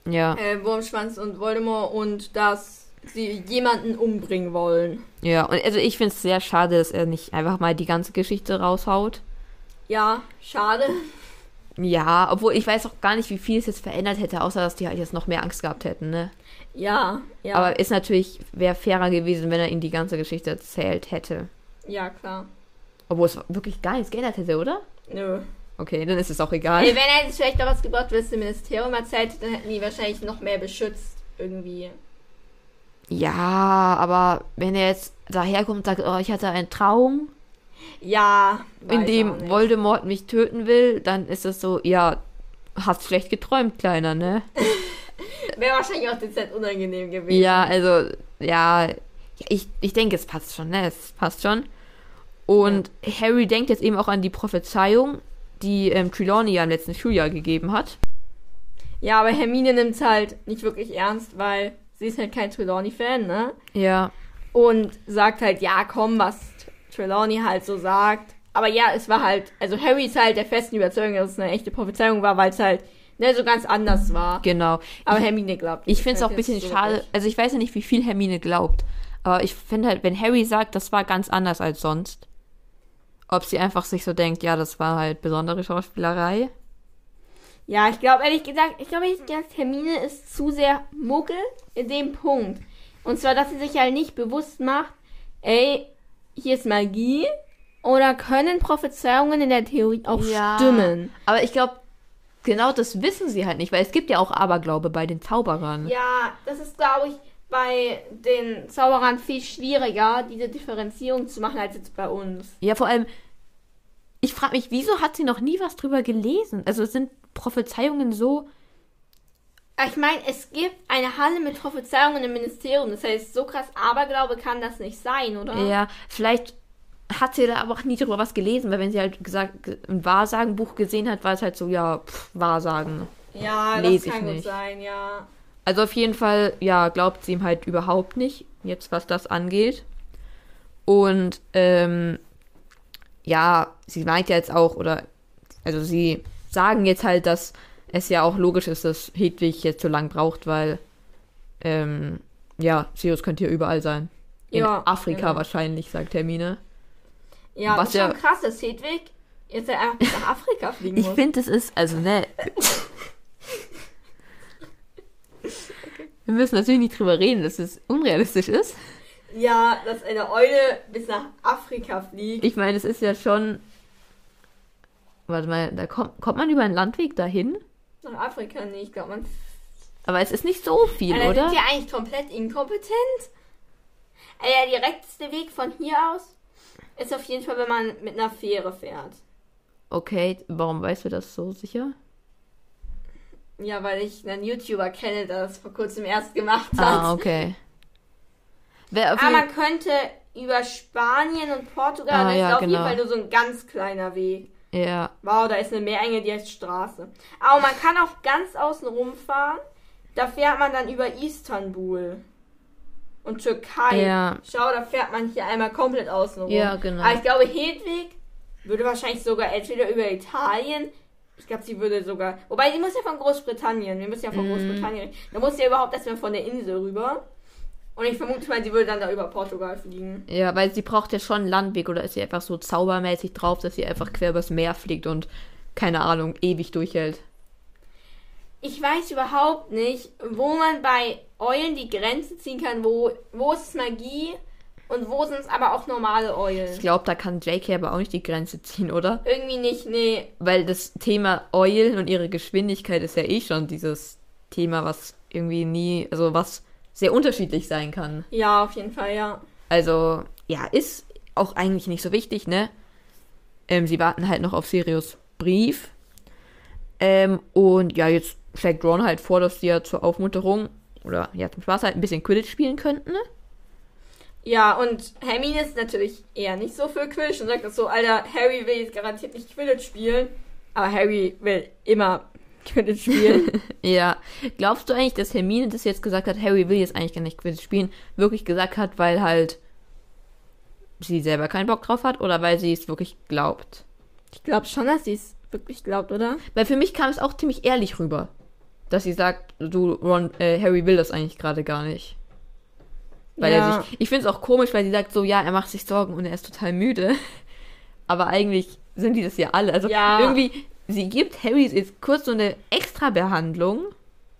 Speaker 1: Ja,
Speaker 2: Äh, Wurmschwanz und Voldemort und dass sie jemanden umbringen wollen.
Speaker 1: ja. Und also ich finde es sehr schade, dass er nicht einfach mal die ganze Geschichte raushaut.
Speaker 2: Ja, schade.
Speaker 1: Ja, obwohl ich weiß auch gar nicht, wie viel es jetzt verändert hätte, außer dass die halt jetzt noch mehr Angst gehabt hätten, ne?
Speaker 2: Ja, ja.
Speaker 1: Aber ist natürlich, wäre fairer gewesen, wenn er ihnen die ganze Geschichte erzählt hätte.
Speaker 2: ja, klar.
Speaker 1: Obwohl es wirklich gar nichts geändert hätte, oder?
Speaker 2: Nö.
Speaker 1: Okay, dann ist es auch egal.
Speaker 2: Ey, wenn er jetzt vielleicht noch was gebracht wird, dem Ministerium erzählt, hätte, dann hätten die wahrscheinlich noch mehr beschützt. Irgendwie.
Speaker 1: Ja, aber wenn er jetzt daherkommt und sagt, oh, ich hatte einen Traum,
Speaker 2: Ja.
Speaker 1: in
Speaker 2: weiß auch
Speaker 1: dem
Speaker 2: nicht.
Speaker 1: Voldemort mich töten will, dann ist es so, ja, hast schlecht geträumt, Kleiner, ne?
Speaker 2: Wäre wahrscheinlich auch dezent unangenehm gewesen.
Speaker 1: Ja, also, ja, ich, ich denke, es passt schon, ne? Es passt schon. Und Harry denkt jetzt eben auch an die Prophezeiung, die ähm, Trelawney ja im letzten Schuljahr gegeben hat.
Speaker 2: Ja, aber Hermine nimmt's halt nicht wirklich ernst, weil sie ist halt kein Trelawney-Fan, ne?
Speaker 1: Ja.
Speaker 2: Und sagt halt, ja, komm, was Trelawney halt so sagt. Aber ja, es war halt, also Harry ist halt der festen Überzeugung, dass es eine echte Prophezeiung war, weil es halt ne, so ganz anders war.
Speaker 1: Genau.
Speaker 2: Aber Hermine glaubt.
Speaker 1: Ich finde es auch ein
Speaker 2: halt jetzt
Speaker 1: bisschen
Speaker 2: so
Speaker 1: schade.
Speaker 2: nicht.
Speaker 1: Also ich weiß ja nicht, wie viel Hermine glaubt. Aber ich finde halt, wenn Harry sagt, das war ganz anders als sonst, ob sie einfach sich so denkt, ja, das war halt besondere Schauspielerei.
Speaker 2: Ja, ich glaube ehrlich gesagt, ich glaube ehrlich gesagt, Hermine ist zu sehr Muggel in dem Punkt. Und zwar, dass sie sich halt nicht bewusst macht, ey, hier ist Magie. Oder können Prophezeiungen in der Theorie auch stimmen?
Speaker 1: Aber ich glaube, genau das wissen sie halt nicht, weil es gibt ja auch Aberglaube bei den Zauberern.
Speaker 2: Ja, das ist, glaube ich, bei den Zauberern viel schwieriger, diese Differenzierung zu machen, als jetzt bei uns.
Speaker 1: Ja, vor allem, ich frage mich, wieso hat sie noch nie was drüber gelesen? Also sind Prophezeiungen so.
Speaker 2: Aber Ich meine, es gibt eine Halle mit Prophezeiungen im Ministerium. Das heißt, so krass Aberglaube kann das nicht sein, oder?
Speaker 1: Ja, vielleicht hat sie da aber auch nie drüber was gelesen, weil wenn sie halt gesagt ein Wahrsagenbuch gesehen hat, war es halt so, ja, pff, Wahrsagen.
Speaker 2: ja
Speaker 1: Lese ich nicht.
Speaker 2: sein, ja.
Speaker 1: Also auf jeden Fall, ja, glaubt sie ihm halt überhaupt nicht, jetzt was das angeht. Und ähm, ja, sie meint ja jetzt auch, oder also sie sagen jetzt halt, dass es ja auch logisch ist, dass Hedwig jetzt so lang braucht, weil ähm, ja, Sirius könnte ja überall sein. In
Speaker 2: Ja,
Speaker 1: Afrika
Speaker 2: genau.
Speaker 1: wahrscheinlich, sagt Hermine.
Speaker 2: Ja,
Speaker 1: Was
Speaker 2: das ist schon
Speaker 1: ja-
Speaker 2: krass, dass Hedwig jetzt halt einfach bis nach Afrika fliegen
Speaker 1: Ich
Speaker 2: muss.
Speaker 1: finde, es ist, also ne. Wir müssen natürlich nicht drüber reden, dass es unrealistisch ist.
Speaker 2: Ja, dass eine Eule bis nach Afrika fliegt.
Speaker 1: Ich meine, es ist ja schon. Warte mal, da kommt, kommt man über einen Landweg dahin?
Speaker 2: Nach Afrika nicht, glaube man.
Speaker 1: Aber es ist nicht so viel,
Speaker 2: Alter,
Speaker 1: oder?
Speaker 2: sind die eigentlich komplett inkompetent? Alter, der direkteste Weg von hier aus ist auf jeden Fall, wenn man mit einer Fähre fährt.
Speaker 1: Okay, warum weißt du das so sicher?
Speaker 2: Ja, weil ich einen YouTuber kenne, der das vor kurzem erst gemacht hat.
Speaker 1: Ah, okay. Wer auf
Speaker 2: Aber
Speaker 1: jeden,
Speaker 2: Ah, man könnte über Spanien und Portugal,
Speaker 1: Ah,
Speaker 2: das ist
Speaker 1: ja,
Speaker 2: auf
Speaker 1: genau.
Speaker 2: jeden Fall nur so ein ganz kleiner Weg.
Speaker 1: ja,
Speaker 2: Wow, da ist eine Meerenge, die heißt Straße. Aber man kann auch ganz außen rumfahren. Da fährt man dann über Istanbul und Türkei.
Speaker 1: Ja.
Speaker 2: Schau, da fährt man hier einmal komplett außen rum.
Speaker 1: Ja, genau.
Speaker 2: Aber ich glaube, Hedwig würde wahrscheinlich sogar entweder über Italien. Ich glaube, sie würde sogar. Wobei, sie muss ja von Großbritannien. Wir müssen ja
Speaker 1: Mhm.
Speaker 2: von Großbritannien. Da muss sie ja überhaupt erstmal von der Insel rüber. Und ich vermute mal, sie würde dann da über Portugal fliegen.
Speaker 1: ja, weil sie braucht ja schon einen Landweg oder ist sie einfach so zaubermäßig drauf, dass sie einfach quer übers Meer fliegt und keine Ahnung, ewig durchhält.
Speaker 2: Ich weiß überhaupt nicht, wo man bei Eulen die Grenze ziehen kann, wo, wo ist Magie und wo sind es aber auch normale
Speaker 1: Ich
Speaker 2: Eulen.
Speaker 1: glaube, da kann J.K. aber auch nicht die Grenze ziehen, oder?
Speaker 2: Irgendwie nicht, nee.
Speaker 1: weil das Thema Eulen und ihre Geschwindigkeit ist ja eh schon dieses Thema, was irgendwie nie, also was sehr unterschiedlich sein kann.
Speaker 2: Ja, auf jeden Fall, ja.
Speaker 1: Also, ja, ist auch eigentlich nicht so wichtig, ne? Ähm, sie warten halt noch auf Sirius Brief. Ähm, und ja, jetzt schlägt Ron halt vor, dass die ja zur Aufmunterung oder ja zum Spaß halt ein bisschen Quidditch spielen könnten, ne?
Speaker 2: Ja, und Hermine ist natürlich eher nicht so für Quidditch und sagt das so, Alter, Harry will jetzt garantiert nicht Quidditch spielen. Aber Harry will immer Quidditch spielen.
Speaker 1: Ja. Glaubst du eigentlich, dass Hermine das jetzt gesagt hat, Harry will jetzt eigentlich gar nicht Quidditch spielen, wirklich gesagt hat, weil halt sie selber keinen Bock drauf hat oder weil sie es wirklich glaubt.
Speaker 2: Ich glaube schon, dass sie es wirklich glaubt, oder?
Speaker 1: Weil für mich kam es auch ziemlich ehrlich rüber, dass sie sagt, du, Ron, äh, Harry will das eigentlich gerade gar nicht. Weil
Speaker 2: Ja.
Speaker 1: er sich. Ich finde es auch komisch, weil sie sagt so, ja, er macht sich Sorgen und er ist total müde. Aber eigentlich sind die das ja alle. Also
Speaker 2: Ja.
Speaker 1: irgendwie, sie gibt Harry jetzt kurz so eine extra Behandlung.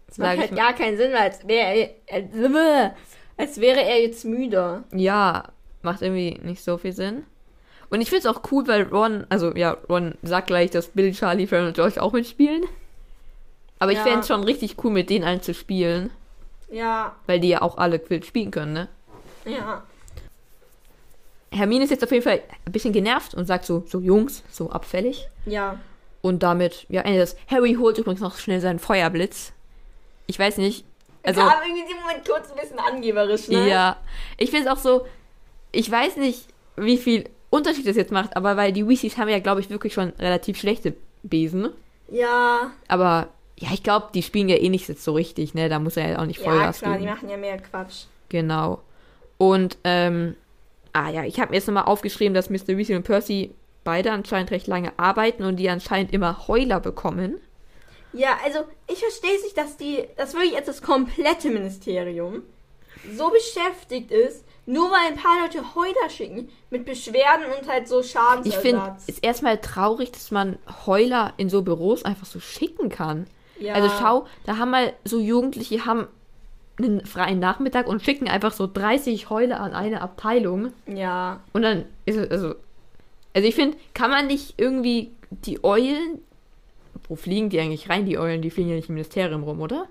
Speaker 2: Das macht
Speaker 1: Sag ich
Speaker 2: halt
Speaker 1: mal.
Speaker 2: gar keinen Sinn, weil als wäre er, äh, als wäre er jetzt müde.
Speaker 1: Ja, macht irgendwie nicht so viel Sinn. Und ich find's auch cool, weil Ron, also ja, Ron sagt gleich, dass Bill, Charlie, Fran und George auch mitspielen. Aber ich
Speaker 2: Ja.
Speaker 1: fänd's schon richtig cool, mit denen allen zu spielen,
Speaker 2: Ja,
Speaker 1: weil die ja auch alle Quidditch spielen können, ne?
Speaker 2: ja.
Speaker 1: Hermine ist jetzt auf jeden Fall ein bisschen genervt und sagt so, so Jungs, so abfällig.
Speaker 2: Ja.
Speaker 1: Und damit, ja, endet das. Harry holt übrigens noch schnell seinen Feuerblitz. Ich weiß nicht, also...
Speaker 2: Kam irgendwie in dem Moment kurz ein bisschen angeberisch, ne?
Speaker 1: Ja. Ich finde es auch so, ich weiß nicht, wie viel Unterschied das jetzt macht, aber weil die Weasleys haben ja, glaube ich, wirklich schon relativ schlechte Besen.
Speaker 2: Ja.
Speaker 1: Aber ja, ich glaube, die spielen ja eh nicht jetzt so richtig, ne? Da muss er ja auch nicht
Speaker 2: Ja,
Speaker 1: Vollgas
Speaker 2: klar, die
Speaker 1: geben.
Speaker 2: machen ja mehr Quatsch.
Speaker 1: Genau. Und, ähm, ah ja, ich habe mir jetzt nochmal aufgeschrieben, dass Mr. Weasley und Percy beide anscheinend recht lange arbeiten und die anscheinend immer Heuler bekommen.
Speaker 2: Ja, also ich verstehe es nicht, dass die, dass wirklich jetzt das komplette Ministerium so beschäftigt ist, nur weil ein paar Leute Heuler schicken mit Beschwerden und halt so
Speaker 1: Ich finde
Speaker 2: Schadensersatz.
Speaker 1: es erstmal traurig, dass man Heuler in so Büros einfach so schicken kann.
Speaker 2: ja.
Speaker 1: Also schau, da haben mal so Jugendliche haben einen freien Nachmittag und schicken einfach so 30 Heule an eine Abteilung
Speaker 2: Ja.
Speaker 1: und dann ist es also also ich finde, kann man nicht irgendwie die Eulen wo fliegen die eigentlich rein, die Eulen? Die fliegen ja nicht im Ministerium rum, oder?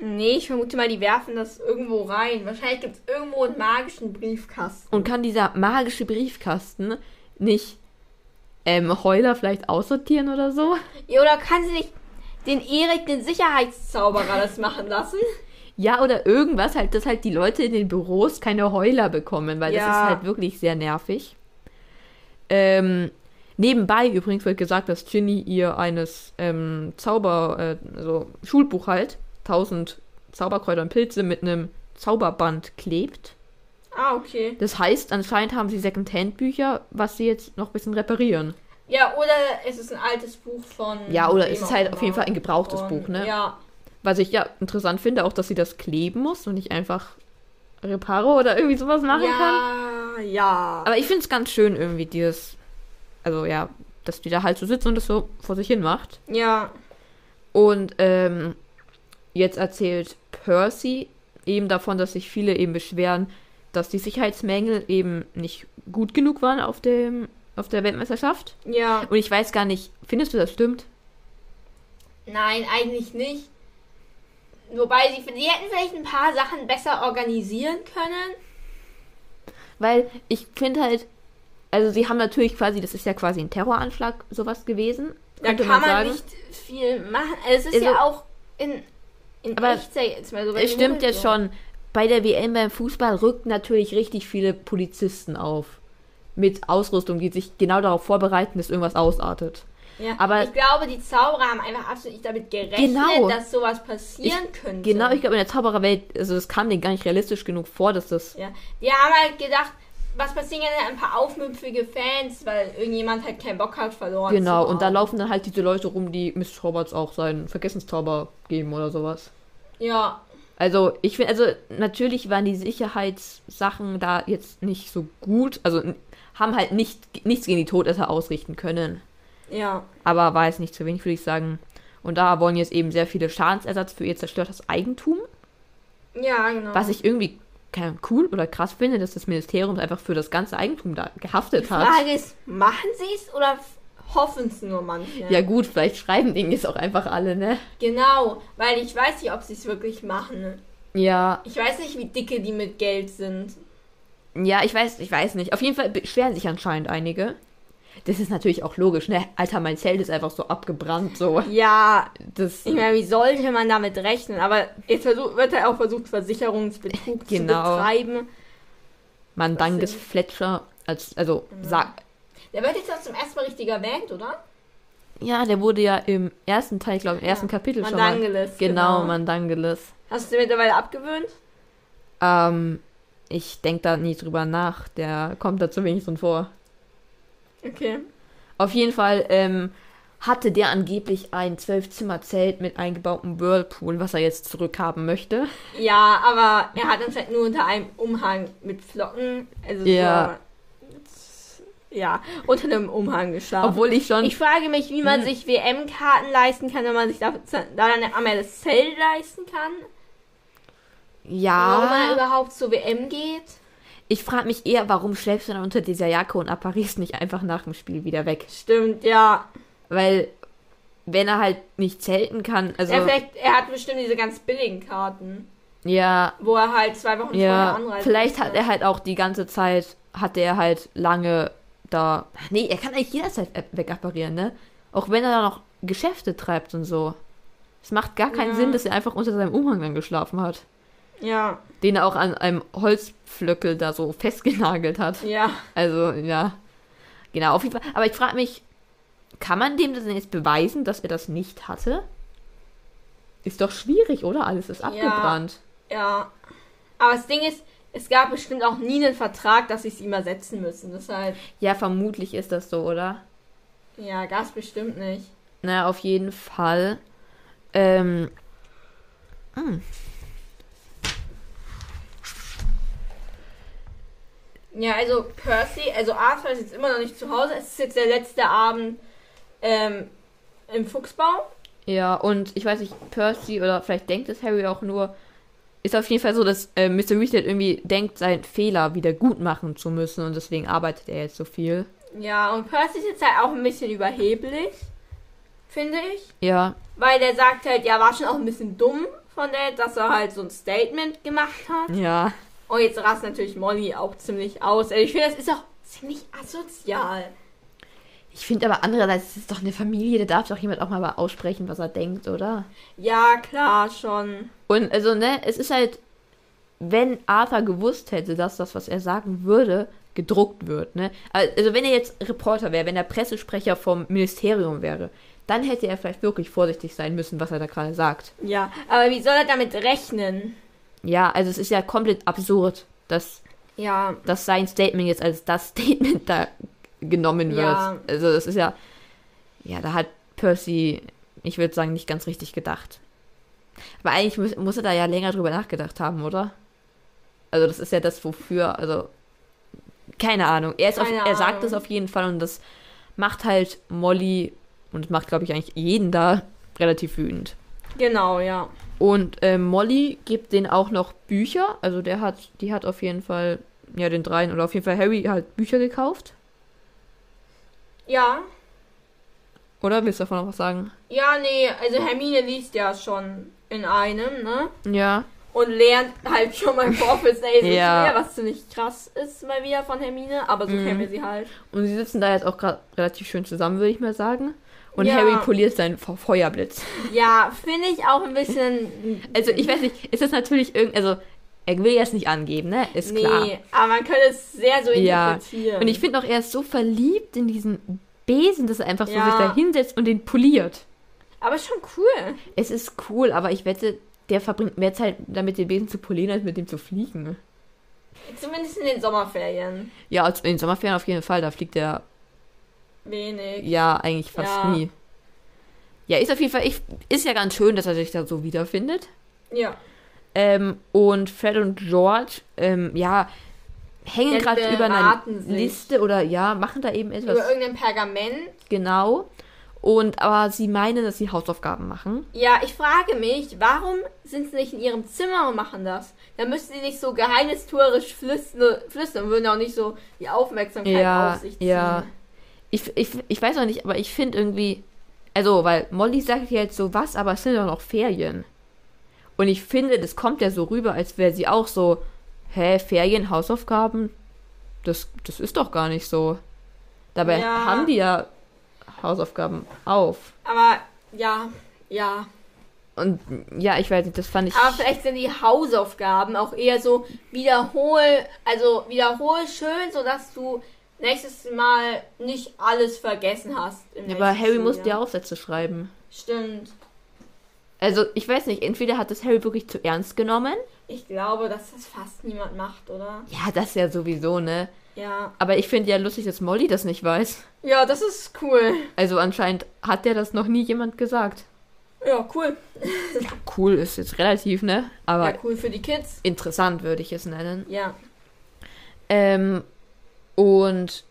Speaker 2: Nee, ich vermute mal, die werfen das irgendwo rein. Wahrscheinlich gibt es irgendwo einen magischen Briefkasten.
Speaker 1: Und kann dieser magische Briefkasten nicht ähm, Heuler vielleicht aussortieren oder so?
Speaker 2: Ja, oder kann sie nicht den Erik, den Sicherheitszauberer, das machen lassen?
Speaker 1: Ja, oder irgendwas halt, dass halt die Leute in den Büros keine Heuler bekommen, weil das
Speaker 2: Ja.
Speaker 1: ist halt wirklich sehr nervig. Ähm, nebenbei übrigens wird gesagt, dass Ginny ihr eines ähm, Zauber, äh, also Schulbuch halt, 1000 Zauberkräuter und Pilze mit einem Zauberband klebt.
Speaker 2: Ah, okay.
Speaker 1: Das heißt, anscheinend haben sie Secondhand-Bücher, was sie jetzt noch ein bisschen reparieren.
Speaker 2: Ja, oder es ist ein altes Buch von.
Speaker 1: Ja, oder
Speaker 2: wem
Speaker 1: es ist
Speaker 2: auch
Speaker 1: halt
Speaker 2: Mhm. immer.
Speaker 1: auf jeden Fall ein gebrauchtes
Speaker 2: Von-
Speaker 1: Buch, ne?
Speaker 2: Ja.
Speaker 1: Was ich ja interessant finde, auch, dass sie das kleben muss und nicht einfach Reparo oder irgendwie sowas machen kann.
Speaker 2: ja, ja.
Speaker 1: Aber ich finde es ganz schön irgendwie, dieses. Also ja, dass die da halt so sitzt und das so vor sich hin macht.
Speaker 2: Ja.
Speaker 1: Und ähm, jetzt erzählt Percy eben davon, dass sich viele eben beschweren, dass die Sicherheitsmängel eben nicht gut genug waren auf, dem, auf der Weltmeisterschaft.
Speaker 2: Ja.
Speaker 1: Und ich weiß gar nicht, findest du das stimmt?
Speaker 2: Nein, eigentlich nicht. Wobei sie, sie hätten vielleicht ein paar Sachen besser organisieren können.
Speaker 1: Weil ich finde halt, also sie haben natürlich quasi, das ist ja quasi ein Terroranschlag, sowas gewesen.
Speaker 2: Da
Speaker 1: könnte
Speaker 2: kann man,
Speaker 1: sagen.
Speaker 2: nicht viel machen. Es ist
Speaker 1: Also-
Speaker 2: ja auch in, in
Speaker 1: Aber
Speaker 2: Echtzeit jetzt mal so. wenn
Speaker 1: Es
Speaker 2: die
Speaker 1: stimmt
Speaker 2: Mutter
Speaker 1: jetzt
Speaker 2: so-
Speaker 1: schon. Bei der WM beim Fußball rückt natürlich richtig viele Polizisten auf. Mit Ausrüstung, die sich genau darauf vorbereiten, dass irgendwas ausartet.
Speaker 2: Ja,
Speaker 1: aber-
Speaker 2: ich glaube, die Zauberer haben einfach absolut nicht damit gerechnet,
Speaker 1: Genau.
Speaker 2: dass sowas passieren könnte.
Speaker 1: Genau, ich glaube, in der Zaubererwelt, also das kam denen gar nicht realistisch genug vor, dass das.
Speaker 2: ja. Die haben halt gedacht, was passieren ja ein paar aufmüpfige Fans, weil irgendjemand halt keinen Bock hat verloren.
Speaker 1: Genau,
Speaker 2: zu
Speaker 1: und da
Speaker 2: haben.
Speaker 1: laufen dann halt diese Leute rum, die Miss Roberts auch seinen Vergessenszauber geben oder sowas.
Speaker 2: Ja,
Speaker 1: Also, ich finde, also natürlich waren die Sicherheitssachen da jetzt nicht so gut. Also n- haben halt nicht, nichts gegen die Todesser ausrichten können.
Speaker 2: ja.
Speaker 1: aber war es nicht zu wenig, würde ich sagen. Und da wollen jetzt eben sehr viele Schadensersatz für ihr zerstörtes Eigentum,
Speaker 2: Ja, genau.
Speaker 1: was ich irgendwie keine Ahnung, cool oder krass finde, dass das Ministerium einfach für das ganze Eigentum da gehaftet
Speaker 2: Die
Speaker 1: hat.
Speaker 2: Frage ist, machen sie es oder f- hoffen es nur manche?
Speaker 1: Ja gut, vielleicht schreiben denen jetzt auch einfach alle, ne?
Speaker 2: Genau, weil ich weiß nicht, ob sie es wirklich machen.
Speaker 1: Ja,
Speaker 2: Ich weiß nicht, wie dicke die mit Geld sind.
Speaker 1: ja, ich weiß, ich weiß nicht. Auf jeden Fall beschweren sich anscheinend einige. Das ist natürlich auch logisch, ne? Alter, mein Zelt ist einfach so abgebrannt, so.
Speaker 2: Ja,
Speaker 1: Das,
Speaker 2: ich meine, wie sollte man damit rechnen? Aber jetzt versuch, wird halt auch versucht, Versicherungsbetrug zu
Speaker 1: Genau.
Speaker 2: betreiben.
Speaker 1: man dankt
Speaker 2: was
Speaker 1: es Fletcher als, also, sagt,
Speaker 2: Der wird jetzt auch zum ersten Mal richtig erwähnt, oder?
Speaker 1: ja, der wurde ja im ersten Teil, glaube ich, im ersten Kapitel schon mal.
Speaker 2: Mandangeles.
Speaker 1: Genau, Mandangeles.
Speaker 2: Hast du dir mittlerweile abgewöhnt?
Speaker 1: Ähm, ich denke da nie drüber nach. Der kommt da zu wenig drin vor.
Speaker 2: Okay.
Speaker 1: Auf jeden Fall ähm, hatte der angeblich ein Zwölf-Zimmer-Zelt mit eingebautem Whirlpool, was er jetzt zurückhaben möchte.
Speaker 2: Ja, aber er hat uns halt nur unter einem Umhang mit Flocken. Also
Speaker 1: Ja.
Speaker 2: so- ja, unter einem Umhang geschlafen.
Speaker 1: Obwohl Hm. ich schon.
Speaker 2: ich frage mich, wie man sich WM-Karten leisten kann, wenn man sich da, da dann einmal das Zelt leisten kann.
Speaker 1: Ah.
Speaker 2: Warum man
Speaker 1: ja.
Speaker 2: überhaupt zur WM geht.
Speaker 1: Ich frage mich eher, warum schläfst du dann unter dieser Jacke und apparierst nicht einfach nach dem Spiel wieder weg?
Speaker 2: Stimmt, ja.
Speaker 1: Weil, wenn er halt nicht zelten kann, also.
Speaker 2: Er, vielleicht, er hat bestimmt diese ganz billigen Karten,
Speaker 1: Ja,
Speaker 2: wo er halt zwei Wochen vorher
Speaker 1: ja.
Speaker 2: anreist.
Speaker 1: Vielleicht hat er halt auch die ganze Zeit, hatte er halt lange da. Nee, er kann eigentlich jederzeit ab- wegapparieren, ne? Auch wenn er da noch Geschäfte treibt und so. Es macht gar keinen
Speaker 2: Ja.
Speaker 1: Sinn, dass er einfach unter seinem Umhang dann geschlafen hat.
Speaker 2: Ja,
Speaker 1: Den er auch an einem Holzpflöckel da so festgenagelt hat.
Speaker 2: ja.
Speaker 1: Also, ja. Genau, auf jeden Fall. Aber ich frage mich, kann man dem das denn jetzt beweisen, dass er das nicht hatte? Ist doch schwierig, oder? Alles ist abgebrannt.
Speaker 2: Ja. Aber das Ding ist, es gab bestimmt auch nie einen Vertrag, dass sie es ihm ersetzen müssen. Deshalb,
Speaker 1: Ja, vermutlich ist das so, oder?
Speaker 2: ja, Gas bestimmt nicht.
Speaker 1: Naja, auf jeden Fall. Ähm. hm.
Speaker 2: Ja, also Percy, also Arthur ist jetzt immer noch nicht zu Hause. Es ist jetzt der letzte Abend ähm, im Fuchsbau.
Speaker 1: Ja, und ich weiß nicht, Percy oder vielleicht denkt es Harry auch nur. Ist auf jeden Fall so, dass äh, Mr. Weasley irgendwie denkt, seinen Fehler wieder gut machen zu müssen und deswegen arbeitet er jetzt so viel.
Speaker 2: Ja, und Percy ist jetzt halt auch ein bisschen überheblich, finde ich.
Speaker 1: Ja,
Speaker 2: Weil der sagt halt, ja, war schon auch ein bisschen dumm von Dad, dass er halt so ein Statement gemacht hat.
Speaker 1: ja.
Speaker 2: Und jetzt rast natürlich Molly auch ziemlich aus. Also Ich finde, das ist auch ziemlich asozial.
Speaker 1: Ich finde aber andererseits, es ist doch eine Familie, da darf doch jemand auch mal mal aussprechen, was er denkt, oder?
Speaker 2: Ja, klar, schon.
Speaker 1: Und also, ne, es ist halt, wenn Arthur gewusst hätte, dass das, was er sagen würde, gedruckt wird, ne? Also, wenn er jetzt Reporter wäre, wenn er Pressesprecher vom Ministerium wäre, dann hätte er vielleicht wirklich vorsichtig sein müssen, was er da gerade sagt.
Speaker 2: Ja, aber wie soll er damit rechnen?
Speaker 1: Ja, also es ist ja komplett absurd, dass,
Speaker 2: Ja,
Speaker 1: dass sein Statement jetzt als das Statement da genommen wird.
Speaker 2: Ja.
Speaker 1: Also, das ist ja, ja, da hat Percy, ich würde sagen, nicht ganz richtig gedacht. Aber eigentlich muss, muss er da ja länger drüber nachgedacht haben, oder? Also, das ist ja das, wofür, also, keine Ahnung. Er, ist auf,
Speaker 2: Keine
Speaker 1: er sagt
Speaker 2: Ahnung.
Speaker 1: es auf jeden Fall und das macht halt Molly und das macht, glaube ich, eigentlich jeden da relativ wütend.
Speaker 2: genau, ja.
Speaker 1: Und ähm, Molly gibt denen auch noch Bücher. Also der hat, die hat auf jeden Fall, ja, den dreien oder auf jeden Fall Harry halt Bücher gekauft.
Speaker 2: Ja,
Speaker 1: Oder willst du davon noch was sagen?
Speaker 2: ja, nee, also Hermine liest ja schon in einem, ne?
Speaker 1: Ja.
Speaker 2: Und lernt halt schon mal vor fürs nächste
Speaker 1: Ja. Mhm.
Speaker 2: Jahr, was ziemlich krass ist mal wieder von Hermine, aber so kennen wir sie halt.
Speaker 1: Und sie sitzen da jetzt auch gerade relativ schön zusammen, würde ich mal sagen. Und
Speaker 2: Ja.
Speaker 1: Harry poliert seinen Fe- Feuerblitz.
Speaker 2: Ja, finde ich auch ein bisschen.
Speaker 1: Also ich weiß nicht, ist das natürlich irgend, also er will jetzt nicht angeben, ne? Ist
Speaker 2: nee,
Speaker 1: klar.
Speaker 2: aber man könnte es sehr so
Speaker 1: Ja.
Speaker 2: interpretieren.
Speaker 1: Und ich finde auch, er ist so verliebt in diesen Besen, dass er einfach so
Speaker 2: Ja.
Speaker 1: sich da hinsetzt und den poliert.
Speaker 2: aber schon cool.
Speaker 1: Es ist cool, aber ich wette, der verbringt mehr Zeit damit, den Besen zu polieren, als mit dem zu fliegen.
Speaker 2: Zumindest in den Sommerferien.
Speaker 1: Ja, also in den Sommerferien auf jeden Fall. Da fliegt er
Speaker 2: Wenig.
Speaker 1: ja eigentlich fast
Speaker 2: Ja.
Speaker 1: nie. Ja, ist auf jeden Fall, ich, ist ja ganz schön, dass er sich da so wiederfindet.
Speaker 2: Ja.
Speaker 1: Ähm, und Fred und George, ähm, ja, hängen
Speaker 2: Ja,
Speaker 1: gerade über einer
Speaker 2: beraten sich.
Speaker 1: Liste oder ja, machen da eben
Speaker 2: Über
Speaker 1: etwas
Speaker 2: irgendein Pergament.
Speaker 1: genau. Und aber sie meinen, dass sie Hausaufgaben machen.
Speaker 2: Ja, ich frage mich, warum sind sie nicht in ihrem Zimmer und machen das? Dann müssten sie nicht so geheimnistuerisch flüstern, flüstern und würden auch nicht so die Aufmerksamkeit
Speaker 1: Ja,
Speaker 2: auf sich ziehen.
Speaker 1: ja. Ich, ich, ich weiß noch nicht, aber ich finde irgendwie, also, weil Molly sagt ja jetzt so was, aber es sind doch noch Ferien. Und ich finde, das kommt ja so rüber, als wäre sie auch so, hä, Ferien, Hausaufgaben? Das, das ist doch gar nicht so. Dabei
Speaker 2: Ja.
Speaker 1: haben die ja Hausaufgaben auf.
Speaker 2: Aber ja, ja.
Speaker 1: Und ja, ich weiß nicht, das fand ich.
Speaker 2: Aber vielleicht sind die Hausaufgaben auch eher so wiederhol, also wiederhol schön, sodass du nächstes Mal nicht alles vergessen hast. im
Speaker 1: aber
Speaker 2: nächsten
Speaker 1: Harry musste
Speaker 2: Schuljahr.
Speaker 1: ja Aufsätze schreiben.
Speaker 2: Stimmt.
Speaker 1: Also, ich weiß nicht, entweder hat das Harry wirklich zu ernst genommen.
Speaker 2: Ich glaube, dass das fast niemand macht, oder?
Speaker 1: Ja, das ja sowieso, ne?
Speaker 2: Ja.
Speaker 1: Aber ich finde ja lustig, dass Molly das nicht weiß.
Speaker 2: Ja, das ist cool.
Speaker 1: Also anscheinend hat der das noch nie jemand gesagt.
Speaker 2: Ja, cool.
Speaker 1: Cool ist jetzt relativ, ne? Aber
Speaker 2: Ja, cool für die Kids.
Speaker 1: interessant würde ich es nennen.
Speaker 2: Ja.
Speaker 1: Ähm, und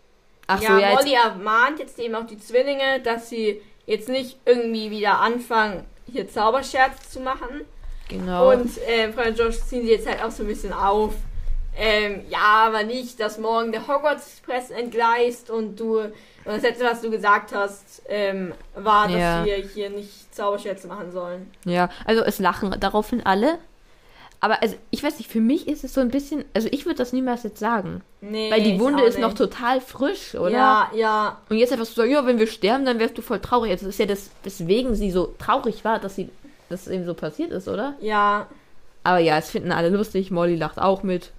Speaker 1: ach
Speaker 2: ja,
Speaker 1: so, ja, jetzt,
Speaker 2: Molly ermahnt jetzt eben auch die Zwillinge, dass sie jetzt nicht irgendwie wieder anfangen, hier Zauberscherz zu machen.
Speaker 1: genau.
Speaker 2: Und äh, Frau George ziehen sie jetzt halt auch so ein bisschen auf. Ähm, ja, aber nicht, dass morgen der Hogwarts Express entgleist und du. Und das letzte, was du gesagt hast, ähm, war, dass
Speaker 1: Ja.
Speaker 2: wir hier nicht Zauberschätze machen sollen.
Speaker 1: ja, also es lachen daraufhin alle. Aber also, ich weiß nicht, für mich ist es so ein bisschen, also ich würde das niemals jetzt sagen.
Speaker 2: Nee.
Speaker 1: Weil die
Speaker 2: ich
Speaker 1: Wunde
Speaker 2: auch
Speaker 1: ist noch
Speaker 2: nicht.
Speaker 1: total frisch, oder?
Speaker 2: Ja, ja.
Speaker 1: Und jetzt einfach so sagen, ja, wenn wir sterben, dann wärst du voll traurig. Also Das ist ja das, deswegen sie so traurig war, dass sie, dass es eben so passiert ist, oder?
Speaker 2: Ja,
Speaker 1: Aber ja, es finden alle lustig. Molly lacht auch mit.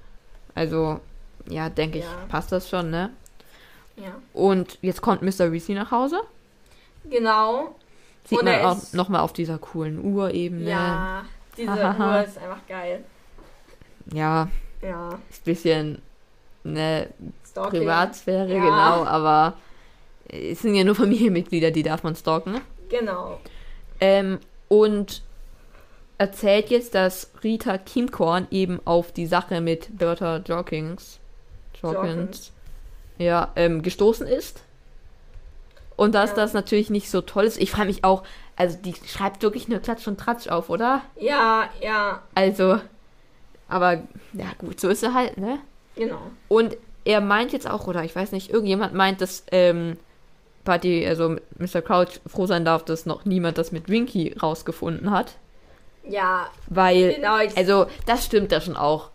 Speaker 1: Also, ja, denke ich,
Speaker 2: Ja.
Speaker 1: passt das schon, ne?
Speaker 2: ja.
Speaker 1: Und jetzt kommt Mr. Weasley nach Hause.
Speaker 2: Genau.
Speaker 1: Sieht
Speaker 2: Und
Speaker 1: man
Speaker 2: er
Speaker 1: auch
Speaker 2: ist-
Speaker 1: nochmal auf dieser coolen Uhr eben. ne?
Speaker 2: Ja. Diese
Speaker 1: Hahaha.
Speaker 2: Uhr ist einfach geil.
Speaker 1: Ja,
Speaker 2: Ja.
Speaker 1: ist ein bisschen, ne,
Speaker 2: Stalking.
Speaker 1: Privatsphäre,
Speaker 2: Ja.
Speaker 1: genau, aber es sind ja nur Familienmitglieder, die darf man stalken.
Speaker 2: Genau.
Speaker 1: Ähm, und erzählt jetzt, dass Rita Kimkorn eben auf die Sache mit Bertha Jorkins, Jorkins.
Speaker 2: Jorkins.
Speaker 1: Ja, ähm, gestoßen ist. Und dass
Speaker 2: Ja.
Speaker 1: das natürlich nicht so toll ist. Ich frage mich auch, also die schreibt wirklich nur Klatsch und Tratsch auf, oder?
Speaker 2: Ja, ja.
Speaker 1: Also, aber ja gut, so ist er halt, ne?
Speaker 2: Genau.
Speaker 1: Und er meint jetzt auch, oder ich weiß nicht, irgendjemand meint, dass ähm, Party, also Mr. Crouch froh sein darf, dass noch niemand das mit Winky rausgefunden hat.
Speaker 2: Ja,
Speaker 1: Weil,
Speaker 2: genau. Ich,
Speaker 1: also, das stimmt da schon auch.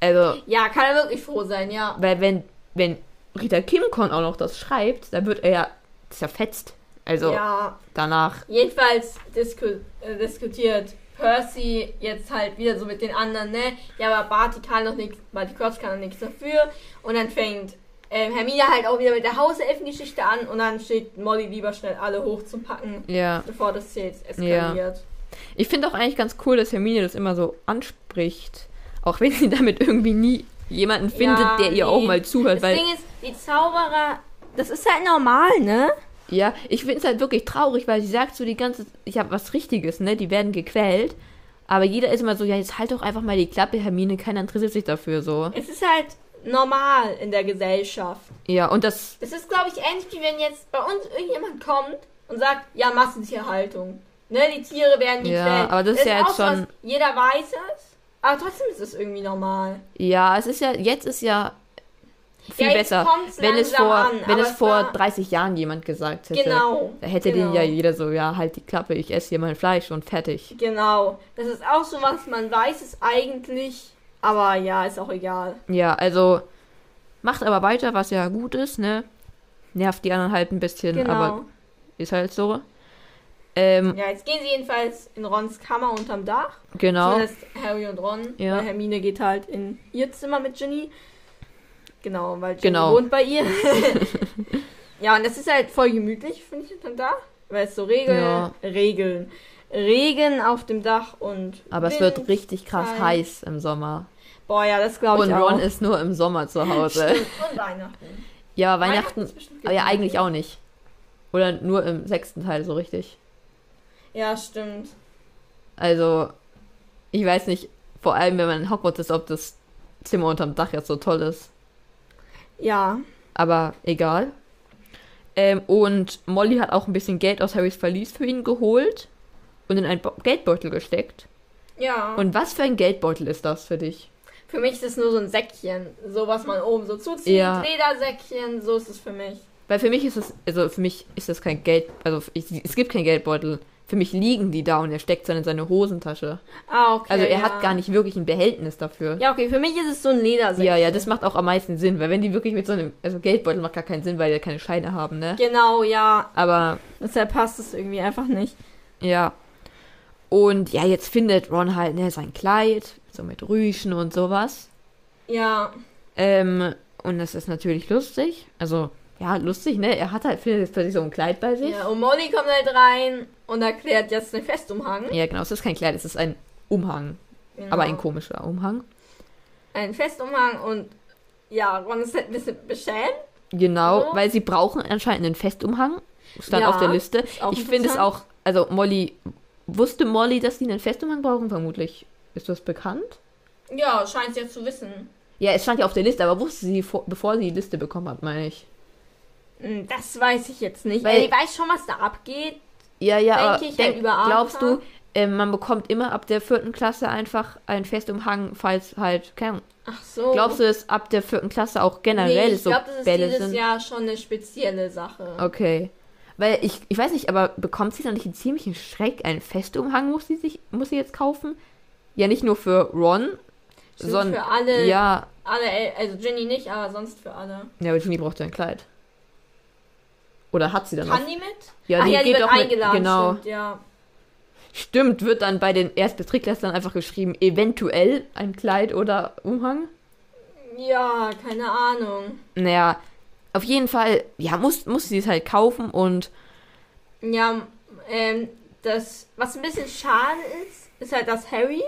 Speaker 1: Also,
Speaker 2: ja, kann er wirklich froh sein, ja.
Speaker 1: weil wenn, wenn Rita Kimkorn auch noch das schreibt, dann wird er ja zerfetzt. Also,
Speaker 2: Ja.
Speaker 1: danach.
Speaker 2: Jedenfalls disku äh, diskutiert Percy jetzt halt wieder so mit den anderen, ne? Ja, aber Barty kann noch nichts, Barty Crouch kann noch nichts dafür. Und dann fängt ähm, Hermine halt auch wieder mit der Hauselfengeschichte an und dann steht Molly lieber schnell alle hochzupacken,
Speaker 1: Ja.
Speaker 2: bevor das hier jetzt eskaliert.
Speaker 1: Ich finde auch eigentlich ganz cool, dass Hermine das immer so anspricht. Auch wenn sie damit irgendwie nie jemanden findet,
Speaker 2: Ja,
Speaker 1: der ihr auch
Speaker 2: nee.
Speaker 1: mal zuhört.
Speaker 2: Das
Speaker 1: weil
Speaker 2: Ding ist, die Zauberer, das ist halt normal, ne?
Speaker 1: Ja, ich finde es halt wirklich traurig, weil sie sagt so die ganze ich habe was Richtiges, ne? Die werden gequält. Aber jeder ist immer so, ja, jetzt halt doch einfach mal die Klappe, Hermine, keiner interessiert sich dafür so.
Speaker 2: Es ist halt normal in der Gesellschaft.
Speaker 1: Ja, und das,
Speaker 2: Das ist, glaube ich, ähnlich wie wenn jetzt bei uns irgendjemand kommt und sagt, ja, Massentierhaltung. Ne, die Tiere werden gequält.
Speaker 1: Ja, aber das ist ja jetzt
Speaker 2: auch sowas,
Speaker 1: schon-
Speaker 2: Jeder weiß es, aber trotzdem ist es irgendwie normal.
Speaker 1: ja, es ist ja, jetzt ist ja viel
Speaker 2: Ja, jetzt
Speaker 1: besser,
Speaker 2: kommt's
Speaker 1: wenn es
Speaker 2: langsam
Speaker 1: vor,
Speaker 2: an,
Speaker 1: wenn
Speaker 2: aber
Speaker 1: es
Speaker 2: es
Speaker 1: vor
Speaker 2: war-
Speaker 1: 30 Jahren jemand gesagt hätte.
Speaker 2: Genau.
Speaker 1: Da hätte
Speaker 2: genau.
Speaker 1: den ja jeder so, ja, halt die Klappe, ich esse hier mein Fleisch und fertig.
Speaker 2: Genau. Das ist auch so was, man weiß es eigentlich, aber ja, ist auch egal.
Speaker 1: Ja, also macht aber weiter, was ja gut ist, ne? Nervt die anderen halt ein bisschen,
Speaker 2: Genau.
Speaker 1: aber ist halt so. Ähm,
Speaker 2: ja, jetzt gehen sie jedenfalls in Rons Kammer unterm Dach.
Speaker 1: genau.
Speaker 2: Zumindest Harry und Ron.
Speaker 1: Ja.
Speaker 2: Weil Hermine geht halt in ihr Zimmer mit Ginny. Genau, weil Ginny
Speaker 1: Genau.
Speaker 2: wohnt bei ihr. ja, und das ist halt voll gemütlich, finde ich, dann da. Weil es so Regeln,
Speaker 1: Ja.
Speaker 2: Regeln. Regen auf dem Dach und.
Speaker 1: Aber es
Speaker 2: Wind.
Speaker 1: wird richtig krass
Speaker 2: Zeit.
Speaker 1: heiß im Sommer.
Speaker 2: Boah, ja, das glaube
Speaker 1: Und
Speaker 2: ich auch.
Speaker 1: Ron ist nur im Sommer zu Hause.
Speaker 2: und Weihnachten.
Speaker 1: ja,
Speaker 2: Weihnachten
Speaker 1: Weihnachten,
Speaker 2: ist bestimmt
Speaker 1: aber ja
Speaker 2: gemütlich.
Speaker 1: eigentlich auch nicht. Oder nur im sechsten Teil so richtig.
Speaker 2: Ja, stimmt.
Speaker 1: Also, ich weiß nicht, vor allem wenn man in Hogwarts ist, ob das Zimmer unterm Dach jetzt so toll ist.
Speaker 2: Ja.
Speaker 1: Aber egal. Ähm, und Molly hat auch ein bisschen Geld aus Harrys Verlies für ihn geholt und in einen Bo Geldbeutel gesteckt.
Speaker 2: Ja.
Speaker 1: Und was für ein Geldbeutel ist das für dich?
Speaker 2: für mich ist es nur so ein Säckchen. So, was man oben so zuzieht.
Speaker 1: Ja.
Speaker 2: Ledersäckchen, so ist es für mich.
Speaker 1: Weil für mich ist es, also für mich ist das kein Geld, also ich, es gibt kein Geldbeutel. Für mich liegen die da und er steckt sie in seine Hosentasche.
Speaker 2: Ah, okay.
Speaker 1: Also er
Speaker 2: ja.
Speaker 1: hat gar nicht wirklich ein Behältnis dafür.
Speaker 2: Ja, also okay, für mich ist es so ein Ledersäckchen.
Speaker 1: Ja, ja, das macht auch am meisten Sinn, weil wenn die wirklich mit so einem, also Geldbeutel macht gar keinen Sinn, weil die ja keine Scheine haben, ne?
Speaker 2: Genau, ja.
Speaker 1: Aber
Speaker 2: Deshalb passt es irgendwie einfach nicht.
Speaker 1: ja. Und ja, jetzt findet Ron halt, ne, sein Kleid, so mit Rüschen und sowas.
Speaker 2: Ja,
Speaker 1: Ähm, und das ist natürlich lustig. Also, ja, ja, lustig, ne? Er hat halt für, für sich so ein Kleid bei sich.
Speaker 2: Ja, und Molly kommt halt rein und erklärt jetzt den Festumhang.
Speaker 1: Ja, genau, es ist kein Kleid, es ist ein Umhang.
Speaker 2: Genau.
Speaker 1: Aber ein komischer Umhang.
Speaker 2: Ein Festumhang und ja, Ron ist halt ein bisschen beschämt.
Speaker 1: Genau,
Speaker 2: So.
Speaker 1: weil sie brauchen anscheinend einen Festumhang. Stand
Speaker 2: Ja,
Speaker 1: auf der Liste.
Speaker 2: ist auch
Speaker 1: Ich finde es
Speaker 2: interessant.
Speaker 1: auch, also Molly, wusste Molly, dass sie einen Festumhang brauchen? Vermutlich. Ist das bekannt?
Speaker 2: Ja, scheint jetzt zu wissen.
Speaker 1: Ja, es stand ja auf der Liste, aber wusste sie, vor, bevor sie die Liste bekommen hat, meine ich.
Speaker 2: Hm, Das weiß ich jetzt nicht.
Speaker 1: Weil-
Speaker 2: Weil ich weiß schon, was da abgeht.
Speaker 1: Ja, ja,
Speaker 2: Denke
Speaker 1: aber
Speaker 2: ich, dann über ne?
Speaker 1: glaubst du,
Speaker 2: Arthur?
Speaker 1: äh, man bekommt immer ab der vierten Klasse einfach einen Festumhang, falls halt, keine Ahnung.
Speaker 2: Ach so.
Speaker 1: Glaubst du, dass ab der vierten Klasse auch generell
Speaker 2: Oh. nee, ich
Speaker 1: so
Speaker 2: glaube, das ist
Speaker 1: Bälle
Speaker 2: dieses
Speaker 1: sind? Oh,
Speaker 2: Jahr schon eine spezielle Sache.
Speaker 1: Okay. Weil ich, ich weiß nicht, aber bekommt sie dann nicht einen ziemlichen Schreck? Einen Festumhang muss sie sich, muss sie jetzt kaufen? Ja, nicht nur für Ron,
Speaker 2: Stimmt,
Speaker 1: sondern.
Speaker 2: für alle,
Speaker 1: Ja,
Speaker 2: alle, El- also Ginny nicht, aber sonst für alle.
Speaker 1: ja, aber Ginny braucht ja ein Kleid. Oder hat sie dann
Speaker 2: Kann
Speaker 1: noch?
Speaker 2: die mit?
Speaker 1: Ja, die
Speaker 2: Ach ja, die
Speaker 1: geht
Speaker 2: wird
Speaker 1: doch mit-
Speaker 2: eingeladen.
Speaker 1: genau.
Speaker 2: Stimmt, ja.
Speaker 1: Stimmt, wird dann bei den Erst- bis Drittklässlern einfach geschrieben, eventuell ein Kleid oder Umhang?
Speaker 2: ja, keine Ahnung.
Speaker 1: Naja, auf jeden Fall, ja, muss, muss sie es halt kaufen und
Speaker 2: Ja, ähm, das, was ein bisschen schade ist, ist halt, dass Harry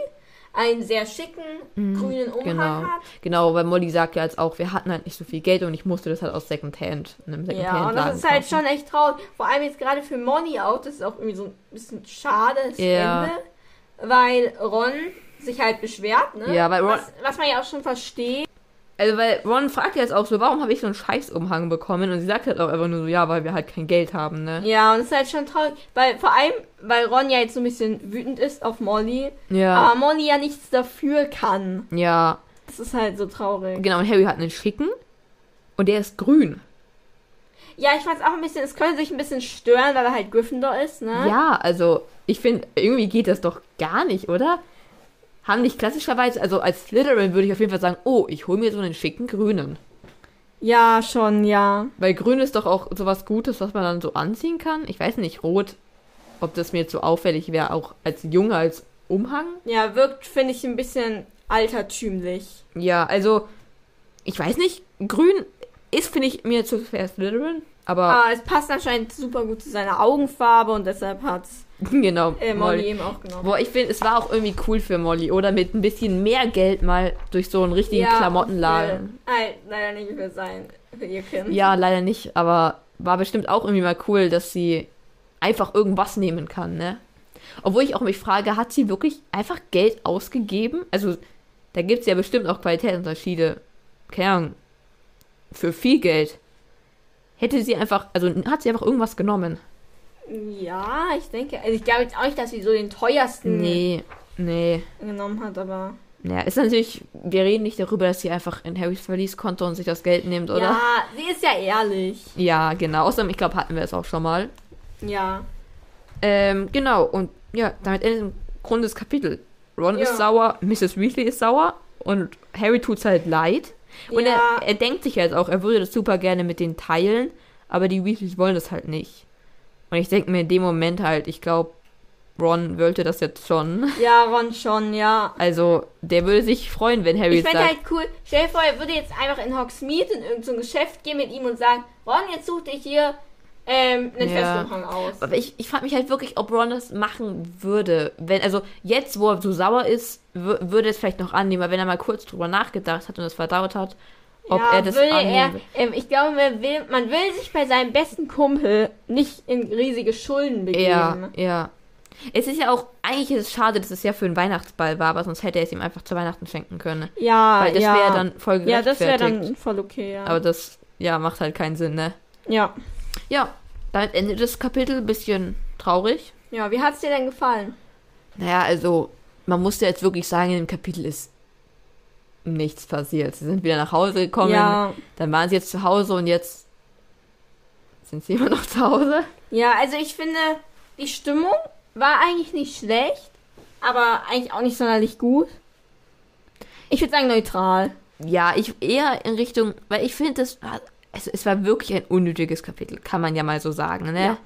Speaker 2: einen sehr schicken grünen Umhang
Speaker 1: genau.
Speaker 2: hat.
Speaker 1: Genau, weil Molly sagt ja jetzt auch, wir hatten halt nicht so viel Geld und ich musste das halt aus Secondhand, einem
Speaker 2: Ja, und
Speaker 1: Secondhand-Laden
Speaker 2: das ist halt
Speaker 1: kaufen.
Speaker 2: schon echt traurig. Vor allem jetzt gerade für Molly auch, das ist auch irgendwie so ein bisschen schade, das
Speaker 1: Ja.
Speaker 2: Ende. Weil Ron sich halt beschwert, ne?
Speaker 1: Ja, weil Ron-
Speaker 2: was, was man ja auch schon versteht.
Speaker 1: Also, weil Ron fragt jetzt auch so, warum habe ich so einen Scheißumhang bekommen? Und sie sagt halt auch einfach nur so, ja, weil wir halt kein Geld haben, ne?
Speaker 2: Ja, und es ist halt schon traurig. Weil vor allem, weil Ron ja jetzt so ein bisschen wütend ist auf Molly,
Speaker 1: Ja.
Speaker 2: aber Molly ja nichts dafür kann.
Speaker 1: Ja.
Speaker 2: Das ist halt so traurig.
Speaker 1: Genau, und Harry hat einen schicken und der ist grün.
Speaker 2: Ja, ich fand's auch ein bisschen, es könnte sich ein bisschen stören, weil er halt Gryffindor ist, ne?
Speaker 1: Ja, also, ich finde, irgendwie geht das doch gar nicht, oder? Haben nicht klassischerweise, also als Slytherin würde ich auf jeden Fall sagen, oh, ich hole mir so einen schicken grünen.
Speaker 2: Ja, schon, ja.
Speaker 1: Weil grün ist doch auch sowas Gutes, was man dann so anziehen kann. Ich weiß nicht, rot, ob das mir jetzt so auffällig wäre, auch als Junge, als Umhang.
Speaker 2: Ja, wirkt, finde ich, ein bisschen altertümlich.
Speaker 1: Ja, also, ich weiß nicht, grün ist, finde ich, mir zu fair Slytherin, aber
Speaker 2: Aber Ah, es passt anscheinend super gut zu seiner Augenfarbe und deshalb hat's
Speaker 1: genau.
Speaker 2: äh, Molly eben auch genommen.
Speaker 1: Boah, ich finde, es war auch irgendwie cool für Molly, oder? Mit ein bisschen mehr Geld mal durch so einen richtigen Klamottenladen.
Speaker 2: und will Halt, leider nicht für sein, für ihr Kind.
Speaker 1: Ja, leider nicht, aber war bestimmt auch irgendwie mal cool, dass sie einfach irgendwas nehmen kann, ne? Obwohl ich auch mich frage, hat sie wirklich einfach Geld ausgegeben? Also, da gibt es ja bestimmt auch Qualitätsunterschiede. Keine Ahnung. Für viel Geld. Hätte sie einfach, also hat sie einfach irgendwas genommen?
Speaker 2: Ja, ich denke, also ich glaube jetzt auch nicht, dass sie so den teuersten
Speaker 1: Nee, nee.
Speaker 2: genommen hat, aber.
Speaker 1: Ja, ist natürlich, wir reden nicht darüber, dass sie einfach in Harrys Verlieskonto und sich das Geld nimmt, oder?
Speaker 2: Ja, sie ist ja ehrlich.
Speaker 1: Ja, genau. Außerdem, ich glaube, hatten wir es auch schon mal.
Speaker 2: Ja.
Speaker 1: Ähm, genau, und ja, damit endet im Grunde das Kapitel. Ron
Speaker 2: Ja.
Speaker 1: ist sauer, Mrs. Weasley ist sauer und Harry tut's halt leid. Und
Speaker 2: Ja.
Speaker 1: er, er denkt sich jetzt auch, er würde das super gerne mit denen teilen, aber die Weasleys wollen das halt nicht. Und ich denke mir in dem Moment halt, ich glaube, Ron wollte das jetzt schon.
Speaker 2: Ja, Ron schon, ja.
Speaker 1: Also, der würde sich freuen, wenn Harry
Speaker 2: Ich
Speaker 1: es
Speaker 2: fände
Speaker 1: sagt.
Speaker 2: halt cool, stell dir vor, er würde jetzt einfach in Hogsmeade in irgendein Geschäft gehen mit ihm und sagen, Ron, jetzt such dir hier ähm, einen
Speaker 1: Ja.
Speaker 2: Festumhang aus.
Speaker 1: Aber ich, ich frage mich halt wirklich, ob Ron das machen würde. Wenn, also jetzt, wo er so sauer ist, wür- würde es vielleicht noch annehmen, aber wenn er mal kurz drüber nachgedacht hat und es verdauert hat, ob
Speaker 2: ja,
Speaker 1: er das
Speaker 2: würde
Speaker 1: annehmen
Speaker 2: er,
Speaker 1: würde.
Speaker 2: ähm, Ich glaube, man will, man will sich bei seinem besten Kumpel nicht in riesige Schulden begeben.
Speaker 1: Ja, ja. Es ist ja auch, eigentlich ist es schade, dass es ja für einen Weihnachtsball war, aber sonst hätte er es ihm einfach zu Weihnachten schenken können.
Speaker 2: ja.
Speaker 1: Weil das
Speaker 2: Ah, ja.
Speaker 1: wäre dann voll
Speaker 2: Ja,
Speaker 1: gerechtfertigt.
Speaker 2: das wäre dann voll okay, ja.
Speaker 1: Aber das, ja, macht halt keinen Sinn, ne?
Speaker 2: ja.
Speaker 1: Ja, damit endet das Kapitel, bisschen traurig.
Speaker 2: Ja, wie hat's dir denn gefallen?
Speaker 1: Naja, also, man musste jetzt wirklich sagen, in dem Kapitel ist nichts passiert. Sie sind wieder nach Hause gekommen,
Speaker 2: Ja.
Speaker 1: dann waren sie jetzt zu Hause und jetzt sind sie immer noch zu Hause.
Speaker 2: Ja, also ich finde, die Stimmung war eigentlich nicht schlecht, aber eigentlich auch nicht sonderlich gut. Ich würde sagen neutral.
Speaker 1: Ja, ich eher in Richtung, weil ich finde, das war, also es war wirklich ein unnötiges Kapitel, kann man ja mal so sagen, ne?
Speaker 2: Ja.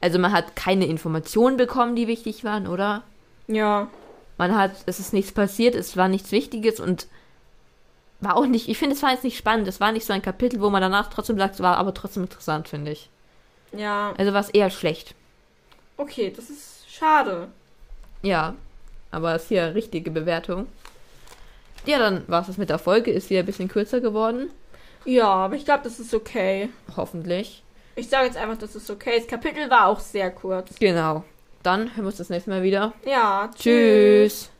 Speaker 1: Also man hat keine Informationen bekommen, die wichtig waren, oder?
Speaker 2: Ja.
Speaker 1: Man hat, es ist nichts passiert, es war nichts Wichtiges und war auch nicht, ich finde, es war jetzt nicht spannend. Es war nicht so ein Kapitel, wo man danach trotzdem sagt, es war aber trotzdem interessant, finde ich.
Speaker 2: Ja.
Speaker 1: Also war es eher schlecht.
Speaker 2: Okay, das ist schade.
Speaker 1: Ja, aber es ist hier richtige Bewertung. Ja, dann war es das mit der Folge. Ist wieder ein bisschen kürzer geworden.
Speaker 2: Ja, aber ich glaube, das ist okay.
Speaker 1: Hoffentlich.
Speaker 2: Ich sage jetzt einfach, das ist okay. Das Kapitel war auch sehr kurz.
Speaker 1: Genau. Dann hören wir uns das nächste Mal wieder.
Speaker 2: Ja,
Speaker 1: Tschüss.